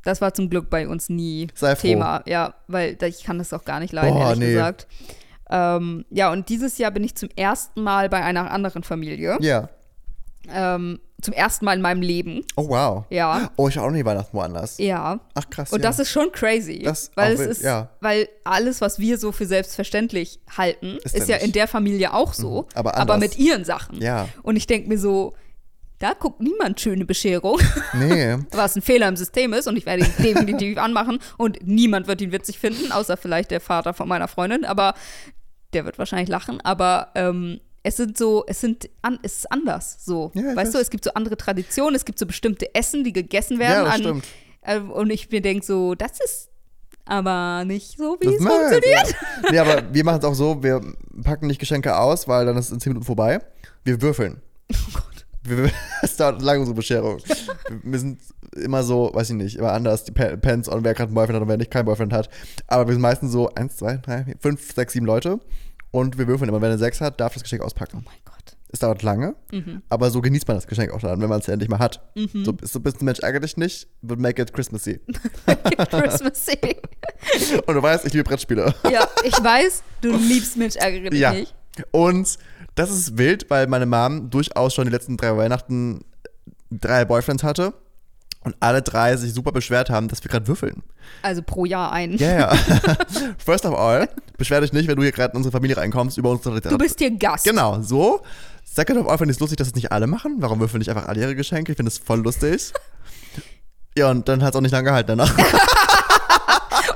B: Das war zum Glück bei uns nie
A: Sei froh.
B: Thema. Ja, weil da- ich kann das auch gar nicht leiden,
A: Boah,
B: ehrlich
A: nee.
B: gesagt. Ähm, ja, und dieses Jahr bin ich zum ersten Mal bei einer anderen Familie.
A: Ja.
B: Ähm, zum ersten Mal in meinem Leben.
A: Oh, wow.
B: Ja.
A: Oh, ich hab auch nie Weihnachten woanders.
B: Ja.
A: Ach, krass.
B: Und
A: ja.
B: das ist schon crazy.
A: Das
B: weil
A: auch
B: es
A: wild,
B: ist,
A: ja.
B: weil alles, was wir so für selbstverständlich halten,
A: Ist
B: ist,
A: ja
B: ja
A: nicht.
B: in der Familie auch so.
A: Mhm, aber
B: aber
A: anders.
B: mit ihren Sachen.
A: Ja.
B: Und ich denke mir so, da guckt niemand schöne Bescherung,
A: Nee.
B: was ein Fehler im System ist und ich werde ihn definitiv anmachen und niemand wird ihn witzig finden, außer vielleicht der Vater von meiner Freundin, aber der wird wahrscheinlich lachen, aber ähm, es sind so, es sind, an, es ist anders so.
A: Ja, ich
B: weißt du,
A: weiß.
B: es gibt so andere Traditionen, es gibt so bestimmte Essen, die gegessen werden.
A: Ja, das
B: an,
A: stimmt.
B: ähm, und ich mir denke so, das ist aber nicht so, wie
A: Das
B: es
A: machen wir
B: funktioniert.
A: jetzt, Ja. Nee, aber wir machen es auch so, wir packen nicht Geschenke aus, weil dann ist es in 10 Minuten vorbei. Wir würfeln.
B: Oh Gott.
A: Wir, es dauert lange unsere Bescherung. Wir sind immer so, weiß ich nicht, immer anders, die Pe- Pens on, wer gerade einen Boyfriend hat und wer nicht keinen Boyfriend hat. Aber wir sind meistens so 1, 2, 3, 4, 5, 6, 7 Leute. Und wir würfeln immer. Wenn er 6 hat, darf das Geschenk auspacken.
B: Oh mein Gott.
A: Es dauert lange,
B: Mhm.
A: aber so genießt man das Geschenk auch dann, wenn man es endlich mal hat. So, so bist du Mensch, ärger dich nicht, but make it Christmassy.
B: Christmas Eve.
A: Und du weißt, ich liebe Brettspiele.
B: Ja, ich weiß, du liebst Mensch, ärgere dich
A: ja.
B: nicht.
A: Und das ist wild, weil meine Mom durchaus schon die letzten drei Weihnachten drei Boyfriends hatte und alle drei sich super beschwert haben, dass wir gerade würfeln.
B: Also pro Jahr einen.
A: Ja, ja. First of all, beschwer dich nicht, wenn du hier gerade in unsere Familie reinkommst, über unsere
B: Du bist hier Gast.
A: Genau, so. Second of all finde ich es lustig, dass es nicht alle machen. Warum würfeln nicht einfach alle ihre Geschenke? Ich finde es voll lustig. Ja, und dann hat es auch nicht lange gehalten danach.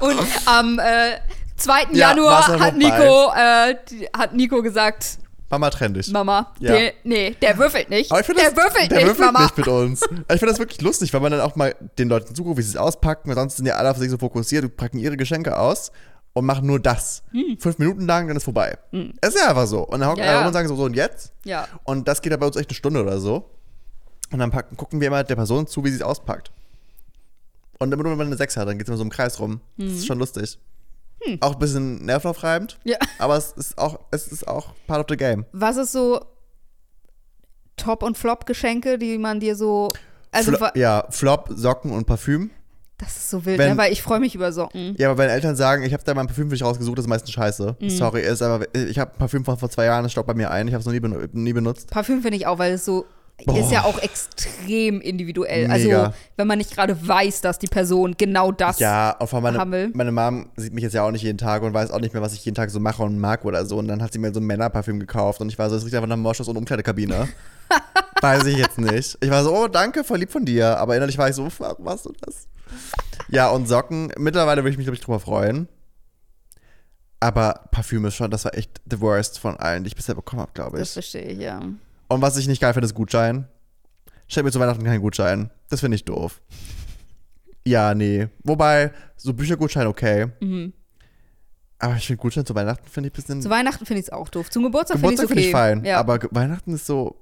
B: Und am äh, 2.
A: Ja, war's dann
B: Januar hat
A: vorbei.
B: Nico, äh, die- hat Nico gesagt,
A: Mama, trenn dich.
B: Mama,
A: Ja.
B: der, nee, der würfelt nicht.
A: Aber ich find
B: der
A: das,
B: würfelt
A: der
B: nicht,
A: würfelt
B: Mama.
A: nicht mit uns. Ich finde das wirklich lustig, weil man dann auch mal den Leuten zuguckt, wie sie es auspacken, weil sonst sind ja alle auf sich so fokussiert, die packen ihre Geschenke aus und machen nur das. Fünf Minuten lang, dann ist vorbei. Es ist ja einfach so. Und dann hocken
B: Hm. Ja,
A: alle
B: ja.
A: rum und sagen so, so und jetzt?
B: Ja.
A: Und das geht ja bei uns echt eine Stunde oder so. Und dann packen, gucken wir immer der Person zu, wie sie es auspackt. Und immer nur, wenn man eine 6 hat, dann geht es immer so im Kreis rum. Das ist schon lustig. Auch ein bisschen nervaufreibend.
B: Hm. Ja.
A: Aber es ist auch, es ist auch part of the game.
B: Was ist so Top- und Flop-Geschenke, die man dir so. Also,
A: Flo
B: wa-
A: ja, Flop, Socken und Parfüm.
B: das ist so wild,
A: Wenn-
B: ne? weil ich freue mich über Socken.
A: Ja, aber wenn Eltern sagen, ich habe da mein Parfüm für dich rausgesucht, das ist meistens scheiße. Sorry, ist aber, ich habe ein Parfüm von vor zwei Jahren, das staubt bei mir ein, ich habe es noch nie, benu- nie benutzt.
B: Parfüm finde ich auch, weil es so. Ist ja auch extrem individuell.
A: Mega.
B: Also, wenn man nicht gerade weiß, dass die Person genau das.
A: Ja, auf einmal meine,
B: Hammel.
A: meine Mom sieht mich jetzt ja auch nicht jeden Tag und weiß auch nicht mehr, was ich jeden Tag so mache und mag oder so. Und dann hat sie mir so ein Männerparfüm gekauft und ich war so, es riecht einfach nach Moschus und Umkleidekabine. weiß ich jetzt nicht. Ich war so, oh, danke, voll lieb von dir. Aber innerlich war ich so, warum machst du das? Ja, und Socken, mittlerweile würde ich mich, glaube ich, drüber freuen. Aber Parfüm ist schon, das war echt the worst von allen, die ich bisher bekommen habe, glaube ich.
B: Das verstehe ich, ja.
A: Und was ich nicht geil finde, ist Gutschein. Schenkt mir zu Weihnachten keinen Gutschein. Das finde ich doof. Ja, nee. Wobei, so Büchergutschein okay.
B: Mhm.
A: Aber ich finde Gutschein zu Weihnachten finde ich ein bisschen.
B: Zu Weihnachten finde ich es auch doof. Zum Geburtstag,
A: Geburtstag finde
B: finde ich
A: ich
B: es okay.
A: fein.
B: ja.
A: Aber Ge- Weihnachten ist so.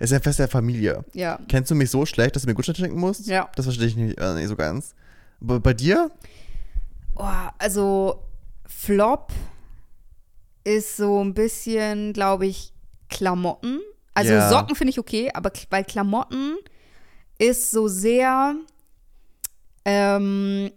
A: Es ist ein Fest der Familie.
B: Ja.
A: Kennst du mich so schlecht, dass du mir Gutschein schenken musst?
B: Ja.
A: Das verstehe ich nicht, äh, nicht so ganz. Aber bei dir?
B: Oh, also Flop ist so ein bisschen, glaube ich, Klamotten. Also
A: Ja.
B: Socken finde ich okay, aber k- bei Klamotten ist so sehr ähm,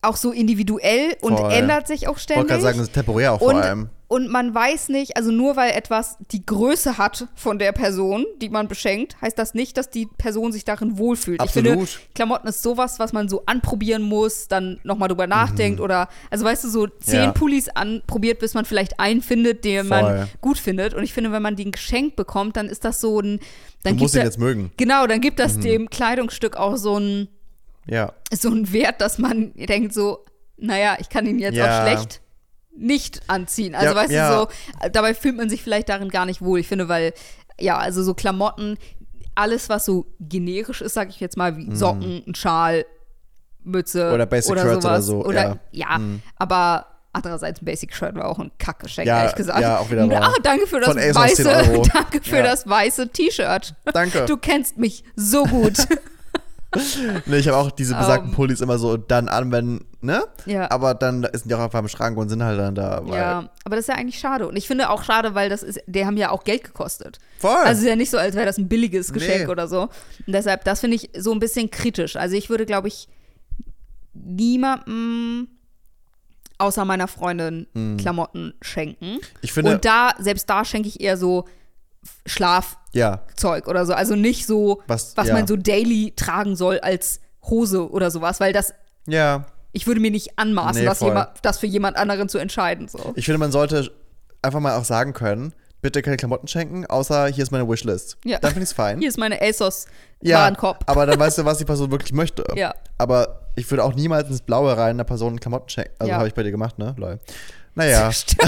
B: auch so individuell und
A: Voll.
B: ändert sich auch
A: Ich wollte
B: ständig.
A: gerade sagen, das ist temporär auch vor allem.
B: und, und man weiß nicht, also nur weil etwas die Größe hat von der Person, die man beschenkt, heißt das nicht, dass die Person sich darin wohlfühlt. Ich finde,
A: Absolut.
B: Klamotten ist sowas, was man so anprobieren muss, dann nochmal drüber nachdenkt oder, also weißt du, so zehn
A: Mhm. Ja.
B: Pullis anprobiert, bis man vielleicht einen findet, den man
A: Voll.
B: gut findet. Und ich finde, wenn man den geschenkt bekommt, dann ist das so ein,
A: Du
B: dann gibt
A: musst ihn
B: er,
A: jetzt Mhm. mögen.
B: genau, dann gibt das dem Kleidungsstück auch so einen
A: Ja.
B: so einen Wert, dass man denkt so, naja, ich kann ihn jetzt
A: Ja.
B: auch schlecht nicht anziehen. Also
A: Ja,
B: weißt
A: ja.
B: du so, dabei fühlt man sich vielleicht darin gar nicht wohl. Ich finde, weil, ja, also so Klamotten, alles, was so generisch ist, sag ich jetzt mal, wie Socken, ein Schal, Mütze
A: Mhm. Oder Basic
B: oder
A: Shirts oder
B: sowas.
A: so, Mhm.
B: Oder, ja, aber andererseits ein Basic Shirt war auch ein Kackgeschenk,
A: Ja,
B: ehrlich gesagt.
A: ja, auch wieder wahr.
B: Ah, danke für das
A: Von Asos 10
B: weiße,
A: Euro.
B: danke für
A: Ja.
B: das weiße T-Shirt.
A: Danke.
B: Du kennst mich so gut.
A: Nee, ich habe auch diese besagten
B: Ähm.
A: Pullis immer so dann an, wenn, ne?
B: Ja.
A: Aber dann sind die auch einfach im Schrank und sind halt dann da. Weil
B: Ja, aber das ist ja eigentlich schade. Und ich finde auch schade, weil das ist, die haben ja auch Geld gekostet.
A: Voll.
B: Also es ist ja nicht so, als wäre das ein billiges Geschenk
A: Nee.
B: oder so. Und deshalb, das finde ich so ein bisschen kritisch. Also ich würde, glaube ich, niemandem außer meiner Freundin Klamotten schenken.
A: Hm. Ich finde-
B: Und da, selbst da schenke ich eher so Schlafzeug
A: ja.
B: oder so. Also nicht so, was,
A: Was- ja.
B: man so daily tragen soll als Hose oder sowas, weil das,
A: Ja.
B: ich würde mir nicht anmaßen,
A: Nee,
B: das,
A: voll.
B: jema- das für jemand anderen zu entscheiden. So.
A: Ich finde, man sollte einfach mal auch sagen können, bitte keine Klamotten schenken, außer hier ist meine Wishlist.
B: Ja.
A: Dann finde ich es fein.
B: hier ist meine ASOS
A: ja,
B: Warenkorb.
A: aber dann weißt du, was die Person wirklich möchte.
B: Ja.
A: Aber ich würde auch niemals ins Blaue rein einer Person Klamotten schenken. Also
B: Ja.
A: habe ich bei dir gemacht, ne? Lol. Naja,
B: Stimmt.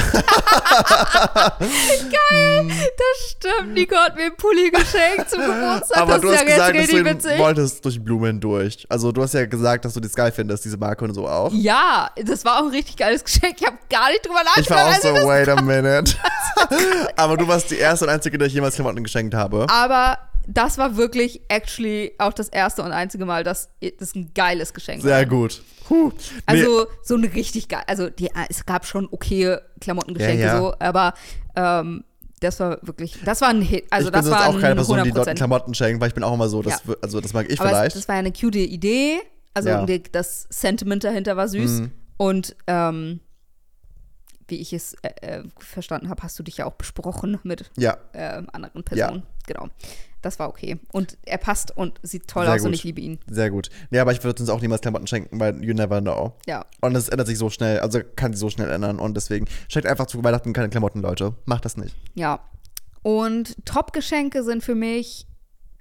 B: Geil, das stimmt. Nico hat mir einen Pulli geschenkt zum Geburtstag.
A: aber
B: das
A: du
B: ist
A: hast gesagt,
B: ja
A: dass
B: jetzt
A: du
B: richtig
A: ihn
B: witzig.
A: wolltest durch Blumen durch. Also du hast ja gesagt, dass du das geil findest, diese Marke und so auch.
B: Ja, das war auch ein richtig geiles Geschenk. Ich habe gar nicht drüber
A: Ich war auch
B: nachgedacht. als
A: so,
B: ich Also das-
A: wait a minute. aber du warst die erste und einzige, der ich jemals Klamotten geschenkt habe.
B: Aber das war wirklich actually auch das erste und einzige Mal, dass das ein geiles Geschenk war.
A: Sehr gut. Huh. Nee,
B: Also so ein richtig geil. Also die, es gab schon okay Klamottengeschenke
A: Ja, ja.
B: so, aber ähm, das war wirklich, das war ein Hit. Also
A: ich bin
B: das
A: sonst
B: war
A: auch keine
B: ein
A: Person, die
B: 100%.
A: Leuten Klamotten schenkt, weil ich bin auch immer so, das,
B: Ja.
A: wür- also das mag ich
B: Aber es,
A: vielleicht.
B: das war ja eine cute Idee. Also
A: Ja. Mhm.
B: die, das Sentiment dahinter war süß. Und ähm, wie ich es äh, äh, verstanden habe, hast du dich ja auch besprochen mit
A: ja,
B: ähm, anderen Personen. Genau. Das war okay. Und er passt und sieht toll
A: Sehr
B: aus und
A: gut.
B: ich liebe ihn.
A: sehr gut. Nee, aber ich würde uns auch niemals Klamotten schenken, weil you never know.
B: Ja.
A: Und es ändert sich so schnell, also kann sich so schnell ändern. Und deswegen schenkt einfach zu Weihnachten keine Klamotten, Leute. Macht das nicht.
B: Ja. Und Top-Geschenke sind für mich,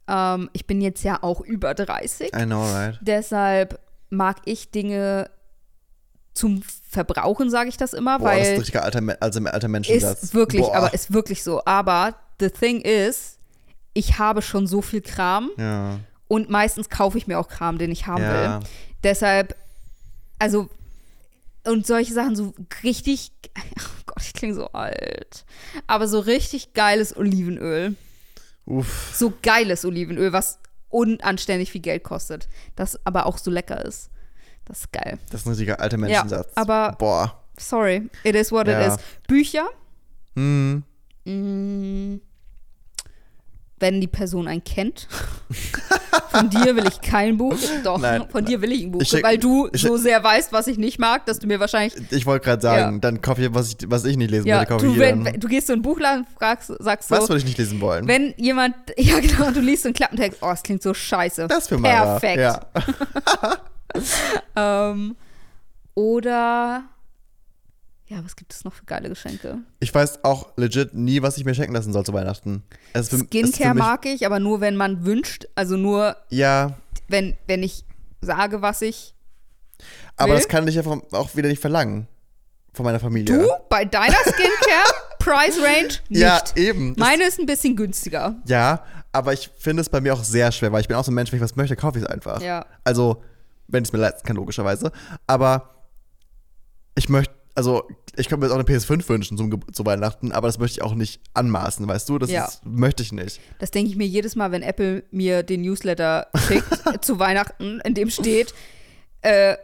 B: ähm, ich bin jetzt ja auch über 30.
A: I know, right?
B: Deshalb mag ich Dinge zum Verbrauchen, sage ich das immer,
A: Boah,
B: weil.
A: das ist ein richtiger alter, Me- also ein alter Menschensatz.
B: Ist wirklich,
A: Boah.
B: aber ist wirklich so. Aber the thing is, ich habe schon so viel Kram
A: Ja.
B: und meistens kaufe ich mir auch Kram, den ich haben
A: Ja.
B: will. Deshalb, also, und solche Sachen so richtig, oh Gott, ich klinge so alt, aber so richtig geiles Olivenöl.
A: Uff.
B: So geiles Olivenöl, was unanständig viel Geld kostet, das aber auch so lecker ist. Das ist geil.
A: Das ist ein richtiger alter Menschensatz.
B: aber-
A: Boah.
B: Sorry, it is what
A: Ja.
B: it is. Bücher,
A: Hm.
B: Mm, Wenn die Person einen kennt. Von dir will ich kein Buch. Doch,
A: Nein,
B: von dir will ich ein Buch.
A: Ich schick-
B: weil du
A: ich schick-
B: so sehr weißt, was ich nicht mag, dass du mir wahrscheinlich.
A: Ich wollte gerade sagen,
B: Ja.
A: dann kaufe ich, was ich, was ich nicht lesen
B: Ja,
A: würde, kaufe ich
B: du,
A: hier
B: wenn,
A: dann.
B: du gehst so in einen Buchladen, fragst, sagst so,
A: Was würde ich nicht lesen wollen?
B: wenn jemand. Ja, genau, du liest so einen Klappentext. Oh, es klingt so scheiße.
A: das für Mara.
B: Perfekt.
A: Ja.
B: Ähm, oder. Ja, was gibt es noch für geile Geschenke?
A: Ich weiß auch legit nie, was ich mir schenken lassen soll zu Weihnachten. Es ist für- es ist für
B: Skincare
A: mich-
B: mag ich, aber nur wenn man wünscht. Also nur,
A: Ja,
B: wenn, wenn ich sage, was ich
A: aber
B: Will?
A: das kann ich ja vom, auch wieder nicht verlangen. Von meiner Familie.
B: Du bei deiner Skincare Price Range nicht.
A: Ja, eben. Das-
B: Meine ist ein bisschen günstiger.
A: Ja, aber ich finde es bei mir auch sehr schwer, weil ich bin auch so ein Mensch, wenn ich was möchte, kaufe ich es einfach.
B: Ja.
A: Also, wenn ich es mir leisten kann, logischerweise. Aber ich möchte, also ich könnte mir jetzt auch eine PS5 wünschen zum, Ge- zu Weihnachten, aber das möchte ich auch nicht anmaßen, weißt du? Das
B: Ja.
A: ist, möchte ich nicht.
B: Das denke ich mir jedes Mal, wenn Apple mir den Newsletter schickt zu Weihnachten, in dem steht, äh,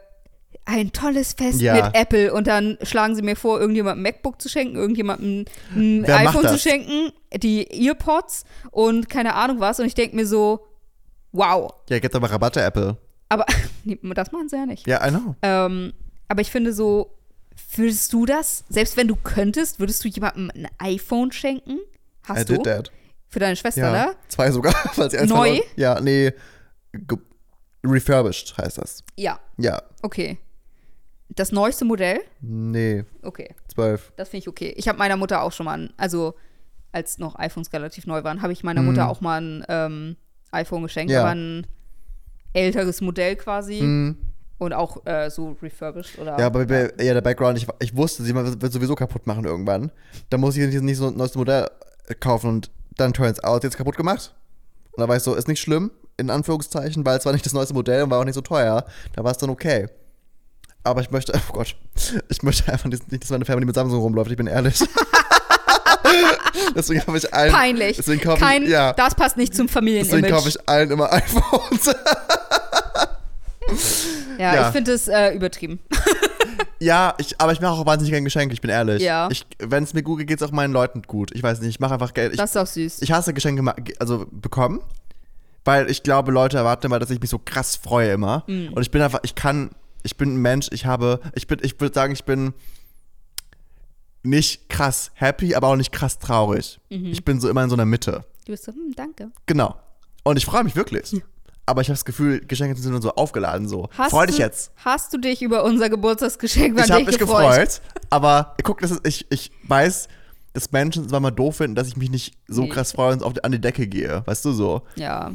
B: ein tolles Fest
A: Ja.
B: mit Apple und dann schlagen sie mir vor, irgendjemandem ein MacBook zu schenken, irgendjemandem ein
A: Wer macht
B: iPhone zu
A: das?
B: schenken, die Earpods und keine Ahnung was und ich denke mir so, wow,
A: Ja, gibt aber Rabatte, Apple.
B: aber nee, das machen sie ja nicht.
A: Ja, I know.
B: Ähm, aber ich finde so, würdest du das, selbst wenn du könntest, würdest du jemandem ein iPhone schenken?
A: I
B: Hast
A: did
B: du?
A: that.
B: Für deine Schwester,
A: Ja,
B: ne?
A: zwei sogar. Falls ihr eins
B: Neu?
A: verloren- Ja, nee. Ge refurbished heißt das.
B: Ja,
A: Ja,
B: okay. Das neueste Modell?
A: nee,
B: Okay,
A: zwölf.
B: das finde ich okay. Ich habe meiner Mutter auch schon mal, ein, also als noch iPhones relativ neu waren, habe ich meiner Mutter auch mal ein ähm, iPhone geschenkt,
A: Mhm. Ja.
B: aber ein älteres Modell quasi
A: Mhm.
B: und auch äh, so refurbished oder.
A: Ja, aber bei, ja, der Background, ich, ich wusste, sie wird sowieso kaputt machen irgendwann. Da muss ich nicht, nicht so ein neues Modell äh, kaufen und dann turns out, jetzt kaputt gemacht. Und da war ich so, ist nicht schlimm, in Anführungszeichen, weil es war nicht das neueste Modell und war auch nicht so teuer. Da war es dann okay. Aber ich möchte, oh Gott, ich möchte einfach nicht, nicht, dass meine Family mit Samsung rumläuft, ich bin ehrlich. deswegen habe ich allen.
B: Peinlich.
A: Deswegen kaufe
B: Kein,
A: ich, ja,
B: Das passt nicht zum
A: deswegen kaufe
B: Familienimage.
A: ich allen immer iPhones.
B: Ja,
A: ja.
B: ich finde es äh, übertrieben.
A: Ja, ich, aber ich mache auch wahnsinnig gern Geschenke, ich bin ehrlich.
B: Ja.
A: Wenn es mir gut geht, geht es auch meinen Leuten gut. Ich weiß nicht, ich mache einfach Geld. Ich,
B: Das ist auch süß.
A: ich hasse Geschenke ma- ge- also bekommen, weil ich glaube, Leute erwarten immer, dass ich mich so krass freue immer.
B: Mhm.
A: Und ich bin einfach, ich kann, ich bin ein Mensch, ich habe, ich bin, ich würde sagen, ich bin nicht krass happy, aber auch nicht krass traurig.
B: Mhm.
A: Ich bin so immer in so einer Mitte.
B: du bist so, hm, danke.
A: Genau. Und ich freue mich wirklich. Aber ich habe das Gefühl, Geschenke sind nur so aufgeladen so.
B: Hast
A: Freu dich
B: du,
A: jetzt.
B: Hast du dich über unser Geburtstagsgeschenk
A: ich
B: an
A: habe
B: dich
A: mich
B: gefreut?
A: gefreut, aber guck, das ist, ich, ich weiß, dass Menschen es mal doof finden, dass ich mich nicht so
B: Nee.
A: krass freue und auf, an die Decke gehe. Weißt du so?
B: Ja.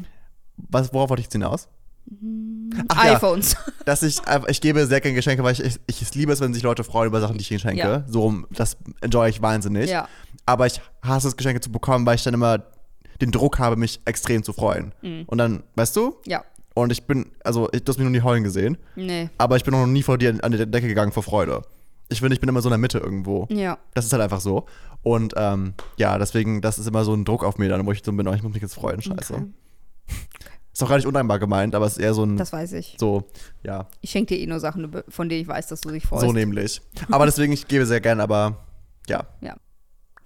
A: Was, worauf wollte ich jetzt hinaus? Ach ja.
B: iPhones.
A: Dass ich, einfach- ich gebe sehr gerne Geschenke, weil ich, ich, ich es liebe es, wenn sich Leute freuen über Sachen, die ich ihnen schenke.
B: Ja.
A: So rum, das enjoy ich wahnsinnig.
B: Ja.
A: Aber ich hasse es, Geschenke zu bekommen, weil ich dann immer den Druck habe, mich extrem zu freuen.
B: Mhm.
A: Und dann, weißt du?
B: Ja.
A: Und ich bin, also ich, du hast mich noch nie heulen gesehen,
B: Nee.
A: aber ich bin noch nie vor dir an die Decke gegangen vor Freude. Ich finde, ich bin immer so in der Mitte irgendwo.
B: Ja.
A: Das ist halt einfach so. Und ähm, ja, deswegen, das ist immer so ein Druck auf mir dann, wo ich so bin, oh, ich muss mich jetzt freuen, scheiße.
B: Okay.
A: Ist auch gar nicht uneinbar gemeint, aber es ist eher so ein,
B: Das weiß ich.
A: so, ja,
B: Ich schenke dir eh nur Sachen, über- von denen ich weiß, dass du dich freust.
A: so ne- nämlich. Aber deswegen, ich gebe sehr gern, aber ja.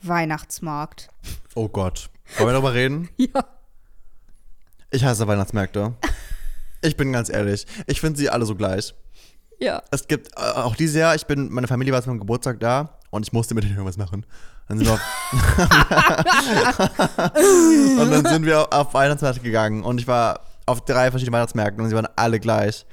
B: Weihnachtsmarkt.
A: Oh Gott. Wollen wir darüber reden?
B: Ja.
A: Ich hasse Weihnachtsmärkte. Ich bin ganz ehrlich. Ich finde sie alle so gleich.
B: Ja.
A: Es gibt äh, auch dieses Jahr, ich bin, meine Familie war zu meinem Geburtstag da und ich musste mit denen irgendwas machen. Dann sind wir auf, und dann sind wir auf Weihnachtsmärkte gegangen und ich war auf drei verschiedenen Weihnachtsmärkten und sie waren alle gleich.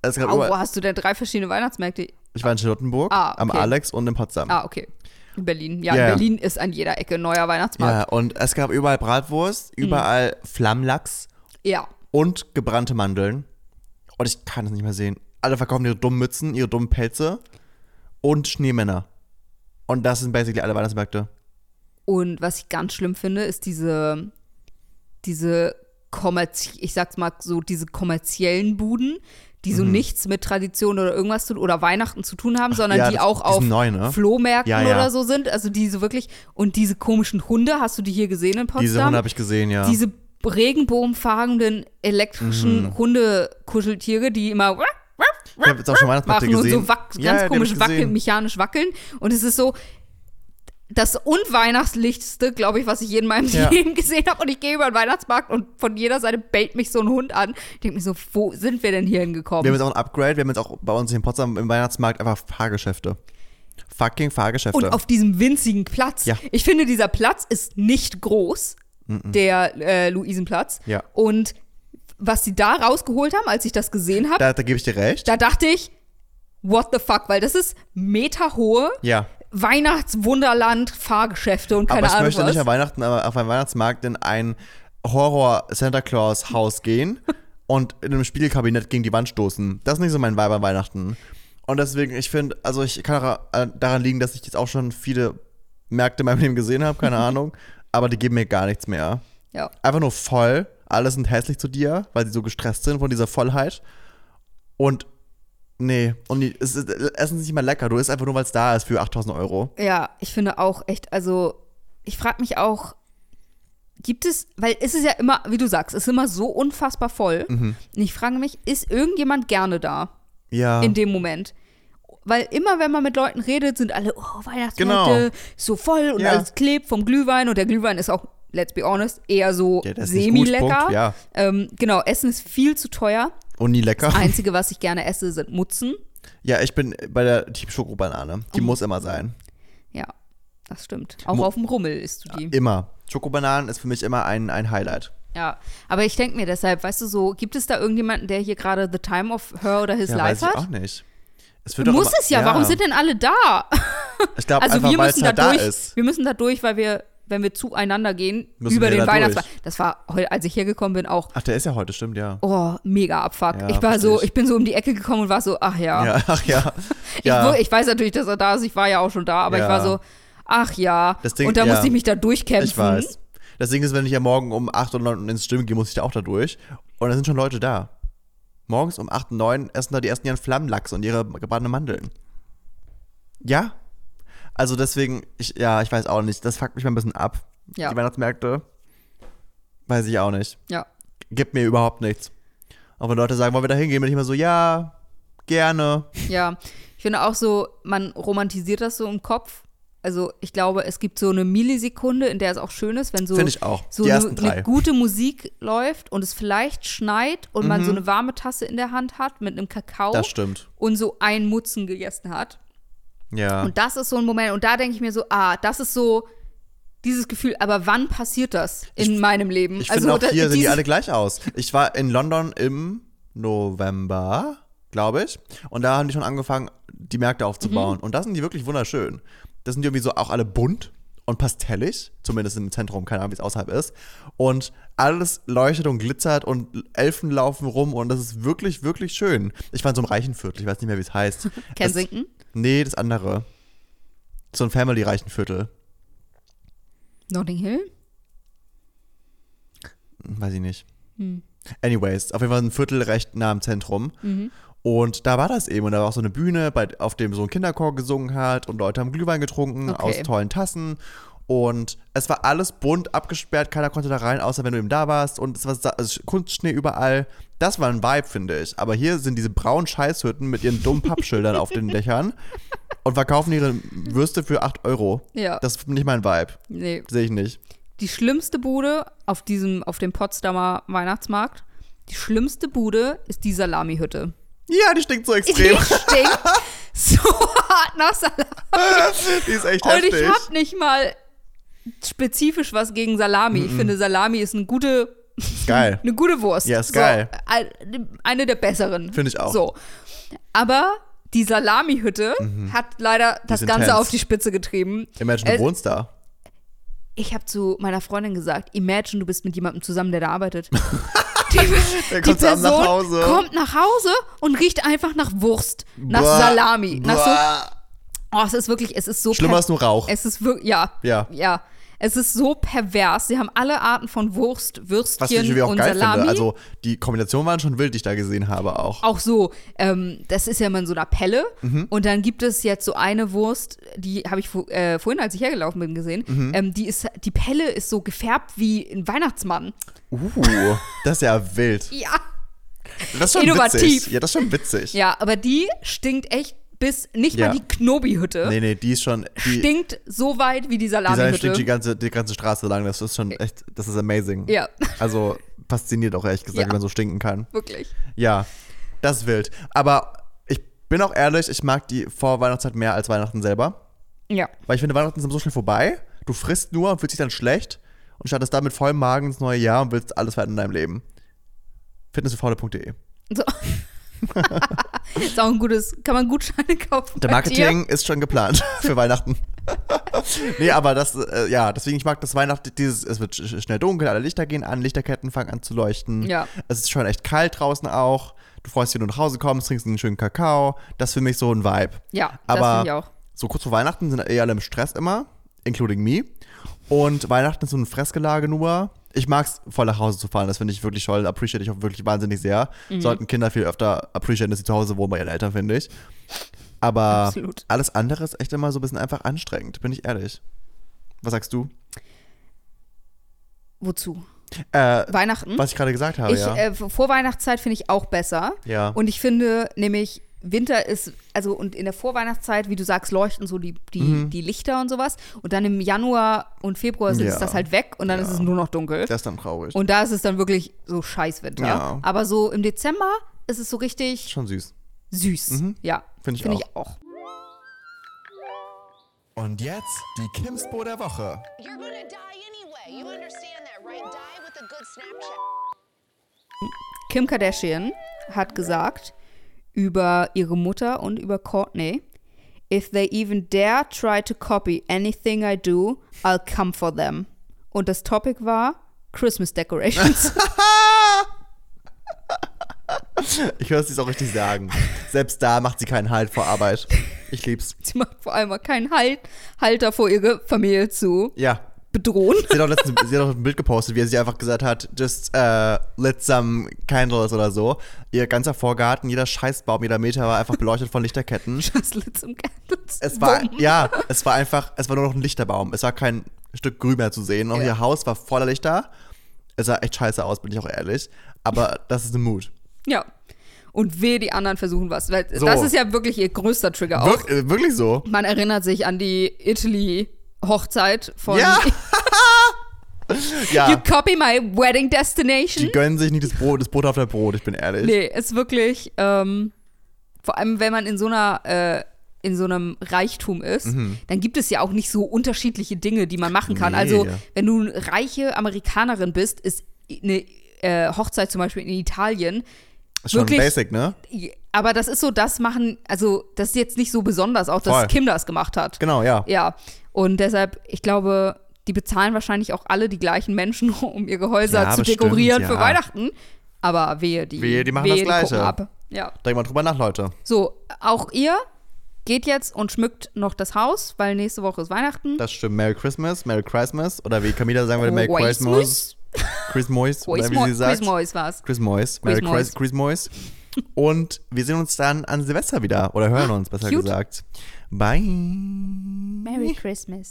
A: Es gab
B: Au,
A: über-
B: wo hast du denn drei verschiedene Weihnachtsmärkte?
A: ich war in Charlottenburg,
B: Ah,
A: am
B: okay.
A: Alex und in Potsdam.
B: Ah, okay. In Berlin. Ja,
A: Ja, ja.
B: in Berlin ist an jeder Ecke ein neuer Weihnachtsmarkt.
A: ja, und es gab überall Bratwurst,
B: Mhm.
A: überall Flammlachs
B: Ja.
A: und gebrannte Mandeln. Und ich kann das nicht mehr sehen. Alle verkaufen ihre dummen Mützen, ihre dummen Pelze und Schneemänner. Und das sind basically alle Weihnachtsmärkte.
B: Und was ich ganz schlimm finde, ist diese, diese kommerzie ich sag's mal so, diese kommerziellen Buden, die
A: Mhm.
B: so nichts mit Tradition oder irgendwas zu, oder Weihnachten zu tun haben, sondern
A: ja,
B: die
A: das-
B: auch
A: die
B: auf
A: sind neu, ne?
B: Flohmärkten
A: Ja, ja.
B: oder so sind. Also die so wirklich, und diese komischen Hunde, hast du die hier gesehen in Potsdam?
A: Diese Hunde habe ich gesehen, ja.
B: diese regenbogenfarbenen elektrischen
A: Mhm.
B: Hundekuscheltiere, die immer
A: ich habe jetzt auch schon Weihnachtsmärkte
B: machen und
A: gesehen.
B: so wack,
A: Ja,
B: ganz
A: ja, die hab
B: komisch
A: ich
B: wackeln,
A: gesehen.
B: mechanisch wackeln. Und es ist so das Unweihnachtslichste, glaube ich, was ich je in meinem
A: Ja.
B: Leben gesehen habe. Und ich gehe über den Weihnachtsmarkt und von jeder Seite bellt mich so ein Hund an. Ich denke mir so, wo sind wir denn hier
A: Wir haben
B: hingekommen?
A: jetzt auch ein Upgrade. Wir haben jetzt auch bei uns in Potsdam im Weihnachtsmarkt einfach Fahrgeschäfte. Fucking Fahrgeschäfte.
B: Und auf diesem winzigen Platz.
A: Ja.
B: Ich finde, dieser Platz ist nicht groß, der äh, Luisenplatz.
A: Ja.
B: Und was sie da rausgeholt haben, als ich das gesehen habe,
A: da da gebe ich dir recht.
B: da dachte ich, what the fuck, weil das ist meterhohe
A: ja.
B: Weihnachtswunderland, Fahrgeschäfte und keine
A: aber ich
B: Ahnung
A: möchte
B: was.
A: nicht an Weihnachten, aber auf einem Weihnachtsmarkt in ein Horror-Santa Claus-Haus gehen und in einem Spiegelkabinett gegen die Wand stoßen. Das ist nicht so mein Vibe an Weihnachten. Und deswegen, ich finde, also ich kann auch äh, daran liegen, dass ich jetzt auch schon viele Märkte in meinem Leben gesehen habe, keine Ahnung. Aber die geben mir gar nichts mehr.
B: ja.
A: einfach nur voll. Alle sind hässlich zu dir, weil sie so gestresst sind von dieser Vollheit. Und Nee, und die, es ist erstens nicht mal lecker, du isst einfach nur, weil es da ist für 8000 Euro.
B: Ja, ich finde auch echt, also ich frage mich auch, gibt es, weil es ist ja immer, wie du sagst, es ist immer so unfassbar voll.
A: Mhm.
B: Und ich frage mich, ist irgendjemand gerne da
A: Ja.
B: in dem Moment? Weil immer, wenn man mit Leuten redet, sind alle, oh, Weihnachtsmärkte,
A: Genau.
B: so voll und
A: Ja.
B: alles klebt vom Glühwein. Und der Glühwein ist auch, let's be honest, eher so
A: Ja, der ist nicht gut,
B: semi-lecker.
A: Punkt, ja.
B: ähm, genau, Essen ist viel zu teuer.
A: und nie lecker.
B: Einzige, was ich gerne esse, sind Mutzen.
A: Ja, ich bin bei der Team Schokobanane.
B: Oh.
A: Die muss immer sein.
B: Ja, das stimmt. Auch
A: Mu-
B: auf dem Rummel isst du die.
A: Immer. Schokobananen ist für mich immer ein, ein Highlight.
B: Ja, aber ich denke mir deshalb, weißt du so, gibt es da irgendjemanden, der hier gerade the time of her oder his
A: Ja, weiß
B: life
A: ich
B: hat?
A: auch nicht. Es wird doch
B: Muss
A: immer-
B: es ja. warum sind denn alle da?
A: Ich glaube
B: Also
A: einfach,
B: wir
A: weil es
B: müssen da
A: halt da
B: durch,
A: ist.
B: wir müssen da durch, weil wir, wenn wir zueinander gehen,
A: Müssen
B: über
A: wir
B: den
A: da durch.
B: Weihnachtsmarkt. Das war, heu- als ich hergekommen bin, auch,
A: Ach, der ist ja heute, stimmt, ja.
B: oh, mega Abfuck.
A: Ja,
B: ich war so,
A: verstehe ich.
B: ich bin so um die Ecke gekommen und war so, ach ja.
A: Ja, ach ja.
B: Oh. Ich,
A: ja.
B: wu- ich weiß natürlich, dass er da ist, ich war ja auch schon da, aber
A: Ja.
B: ich war so, ach ja.
A: Das Ding-
B: und da
A: ja.
B: musste ich mich da durchkämpfen.
A: Ich weiß. Das Ding ist, wenn ich ja morgen um 8 oder 9 ins Gym gehe, muss ich da auch da durch. Und da sind schon Leute da. Morgens um 8 und 9 essen da die ersten ihren Flammlachs und ihre gebratenen Mandeln. Ja. Also deswegen, ich, ja, ich weiß auch nicht. Das fuckt mich mal ein bisschen ab.
B: Ja.
A: Die Weihnachtsmärkte. Weiß ich auch nicht.
B: Ja.
A: Gibt mir überhaupt nichts. Aber wenn Leute sagen, wollen wir da hingehen, bin ich immer so, ja, gerne.
B: Ja, ich finde auch so, man romantisiert das so im Kopf. Also ich glaube, es gibt so eine Millisekunde, in der es auch schön ist, wenn so,
A: Finde ich auch.
B: so
A: Die
B: eine,
A: ersten drei.
B: eine gute Musik läuft und es vielleicht schneit und man so eine warme Tasse in der Hand hat mit einem Kakao
A: Mhm. Das stimmt.
B: und so ein Mutzen gegessen hat.
A: Ja.
B: Und das ist so ein Moment, und da denke ich mir so, ah, das ist so dieses Gefühl, aber wann passiert das in meinem Leben? Also
A: Ich finde
B: da-
A: auch hier sehen die
B: dieses-
A: alle gleich aus. Ich war in London im November, glaube ich, und da haben die schon angefangen, die Märkte aufzubauen. Und da sind die wirklich wunderschön. Das sind die irgendwie so auch alle bunt und pastellig, zumindest im Zentrum, keine Ahnung, wie es außerhalb ist. Und alles leuchtet und glitzert und Elfen laufen rum und das ist wirklich, wirklich schön. Ich war in so einem reichen Viertel, ich weiß nicht mehr, wie es heißt.
B: Kensington?
A: Das, nee, das andere. So ein Family-reichen Viertel.
B: Notting Hill?
A: Weiß ich nicht.
B: Hm.
A: Anyways, auf jeden Fall ein Viertel recht nah am Zentrum.
B: Mhm.
A: Und da war das eben. Und da war auch so eine Bühne, bei, auf dem so ein Kinderchor gesungen hat und Leute haben Glühwein getrunken
B: Okay.
A: aus tollen Tassen. Und es war alles bunt abgesperrt, keiner konnte da rein, außer wenn du eben da warst. Und es war sa- also Kunstschnee überall. Das war ein Vibe, finde ich. Aber hier sind diese braunen Scheißhütten mit ihren dummen Pappschildern auf den Dächern und verkaufen ihre Würste für 8 Euro.
B: Ja.
A: Das ist nicht mein Vibe.
B: Nee.
A: Sehe ich nicht.
B: die schlimmste Bude auf diesem, auf dem Potsdamer Weihnachtsmarkt, die schlimmste Bude ist die Salamihütte.
A: Ja, die stinkt so
B: Die
A: extrem.
B: stinkt so hart nach Salami.
A: die ist echt
B: Und
A: heftig.
B: ich hab nicht mal spezifisch was gegen Salami. Ich finde, Salami ist eine gute,
A: Geil.
B: eine gute Wurst.
A: Ja, ist geil.
B: So, ein- eine der besseren.
A: Finde ich auch.
B: So. Aber die Salamihütte
A: Mhm.
B: hat leider das
A: ist
B: Ganze
A: intens.
B: auf die Spitze getrieben.
A: Imagine,
B: Es-
A: du wohnst da.
B: Ich habe zu meiner Freundin gesagt, imagine, du bist mit jemandem zusammen, der da arbeitet. die,
A: Der kommt abends nach Hause.
B: kommt nach Hause und riecht einfach nach Wurst, nach
A: Boah,
B: Salami. Nach
A: boah.
B: so, oh, es ist wirklich, es ist so
A: Schlimmer
B: per-
A: ist nur Rauch.
B: Es ist wirklich, ja,
A: Ja.
B: ja. Es ist so pervers. Sie haben alle Arten von Wurst,
A: Was ich
B: Würstchen
A: irgendwie auch
B: und
A: geil
B: Salami.
A: finde. Also die Kombinationen waren schon wild, die ich da gesehen habe auch.
B: auch so, ähm, das ist ja immer in so einer Pelle.
A: Mhm.
B: Und dann gibt es jetzt so eine Wurst, die habe ich vo- äh, vorhin, als ich hergelaufen bin, gesehen.
A: Mhm.
B: Ähm, die, ist, die Pelle ist so gefärbt wie ein Weihnachtsmann.
A: Uh, das ist ja wild.
B: Ja.
A: Das ist schon
B: Innovativ.
A: witzig. Ja, das ist schon witzig.
B: Ja, aber die stinkt echt bis nicht
A: Ja.
B: mal die Knobi-Hütte.
A: Nee, nee, die ist schon. Die, die
B: Stinkt so weit wie die
A: Salami
B: Salami-Hütte.
A: stinkt die ganze, die ganze Straße lang. Das ist schon echt, das ist amazing.
B: Ja.
A: Also fasziniert auch ehrlich gesagt,
B: Ja.
A: wie man so stinken kann.
B: Wirklich.
A: Ja, das ist wild. Aber ich bin auch ehrlich, ich mag die Vorweihnachtszeit mehr als Weihnachten selber.
B: Ja.
A: Weil ich finde, Weihnachten sind so schnell vorbei. Du frisst nur und fühlst dich dann schlecht und startest dann mit vollem Magen ins neue Jahr und willst alles verändern in deinem Leben. Fitnessfaule.de
B: So. ist auch ein gutes, kann man Gutscheine kaufen.
A: Der
B: bei dir?
A: Marketing ist schon geplant für Weihnachten. nee, aber das, äh, ja, deswegen, ich mag das Weihnachten, dieses, es wird sch- schnell dunkel, alle Lichter gehen an, Lichterketten fangen an zu leuchten.
B: Ja.
A: Es ist schon echt kalt draußen auch. Du freust dich, wenn du nach Hause kommst, trinkst einen schönen Kakao. Das ist für mich so ein Vibe.
B: Ja, das
A: aber
B: finde ich auch.
A: so kurz vor Weihnachten sind eh alle im Stress immer, including me. Und Weihnachten ist so ein Fressgelage nur. ich mag es, voll nach Hause zu fahren. Das finde ich wirklich toll. Appreciate ich auch wirklich wahnsinnig sehr.
B: Mhm.
A: Sollten Kinder viel öfter appreciaten, dass sie zu Hause wohnen bei ihren Eltern, finde ich. Aber
B: Absolut.
A: alles andere ist echt immer so ein bisschen einfach anstrengend, bin ich ehrlich. Was sagst du?
B: Wozu?
A: Äh,
B: Weihnachten?
A: was ich gerade gesagt habe,
B: Hm? ich,
A: ja.
B: äh, Vorweihnachtszeit finde ich auch besser.
A: ja.
B: Und ich finde nämlich, Winter ist, also und in der Vorweihnachtszeit, wie du sagst, leuchten so die, die,
A: Mhm.
B: die Lichter und sowas. Und dann im Januar und Februar sind-
A: Ja.
B: ist das halt weg und dann ist es nur noch dunkel.
A: das ist dann traurig.
B: Und da ist es dann wirklich so Scheißwinter.
A: Ja.
B: Aber so im Dezember ist es so richtig
A: Schon süß.
B: süß. Ja,
A: Mhm. Finde ich
B: ich auch.
A: Und jetzt die Kimspo der Woche.
C: You're gonna die anyway. You understand that, right? Die with a good Snapchat.
B: Kim Kardashian hat gesagt über ihre Mutter und über Courtney, if they even dare try to copy anything I do, I'll come for them. Und das Topic war Christmas Decorations.
A: Ich höre sie es auch richtig sagen. Selbst da macht sie keinen Halt vor Arbeit. Ich lieb's.
B: Sie macht vor allem mal keinen halt, Halt davor, ihre Familie zu
A: Ja.
B: bedrohen.
A: Sie hat, auch letztens, sie hat auch ein Bild gepostet, wie er sie einfach gesagt hat, just äh, lit some candles oder so. Ihr ganzer Vorgarten, jeder Scheißbaum, jeder Meter war einfach beleuchtet von Lichterketten.
B: Das Litz im Candles.
A: Es war,
B: Bumm.
A: ja, es war einfach, es war nur noch ein Lichterbaum. Es war kein Stück Grün mehr zu sehen. Auch
B: Ja.
A: ihr Haus war voller Lichter. Es sah echt scheiße aus, bin ich auch ehrlich. Aber das ist ein Mut.
B: Ja. Und wehe, die anderen versuchen was. Weil
A: So.
B: Das ist ja wirklich ihr größter Trigger auch.
A: Wirk äh, wirklich so.
B: Man erinnert sich an die Italy-Hochzeit von
A: Ja.
B: You
A: Ja,
B: copy my wedding
A: die
B: destination.
A: gönnen sich nicht das Brot, das Brot auf der Brot, ich bin ehrlich.
B: Nee, ist wirklich, ähm, vor allem wenn man in so einer, äh, in so einem Reichtum ist, dann gibt es ja auch nicht so unterschiedliche Dinge, die man machen kann.
A: Mhm. Nee.
B: Also, wenn du eine reiche Amerikanerin bist, ist eine äh, Hochzeit zum Beispiel in Italien
A: Ist schon
B: Wirklich?
A: basic, ne?
B: aber das ist so, das machen, also das ist jetzt nicht so besonders, auch dass
A: Voll.
B: Kim das gemacht hat.
A: Genau, ja.
B: Ja, und deshalb, ich glaube, die bezahlen wahrscheinlich auch alle die gleichen Menschen, um ihre Häuser
A: Ja,
B: zu
A: bestimmt,
B: dekorieren für
A: ja.
B: Weihnachten. Aber wehe, die,
A: Wehe, die machen das
B: gucken
A: Gleiche.
B: Ab. Ja.
A: Denk mal drüber nach, Leute.
B: So, auch ihr geht jetzt und schmückt noch das Haus, weil nächste Woche ist Weihnachten. Oh,
A: Das stimmt. Merry Christmas, Merry Christmas. Oder wie Camila sagen würde, Merry Christmas.
B: Christmas.
A: Chris Mois, oder wie sie sagt.
B: Christmas war's.
A: Chris Mois. Merry
B: Mois.
A: Chris, Chris Mois. Und wir sehen uns dann Ah, an Silvester wieder. Oder hören uns, besser
B: Cute.
A: gesagt. Bye.
B: Merry Christmas.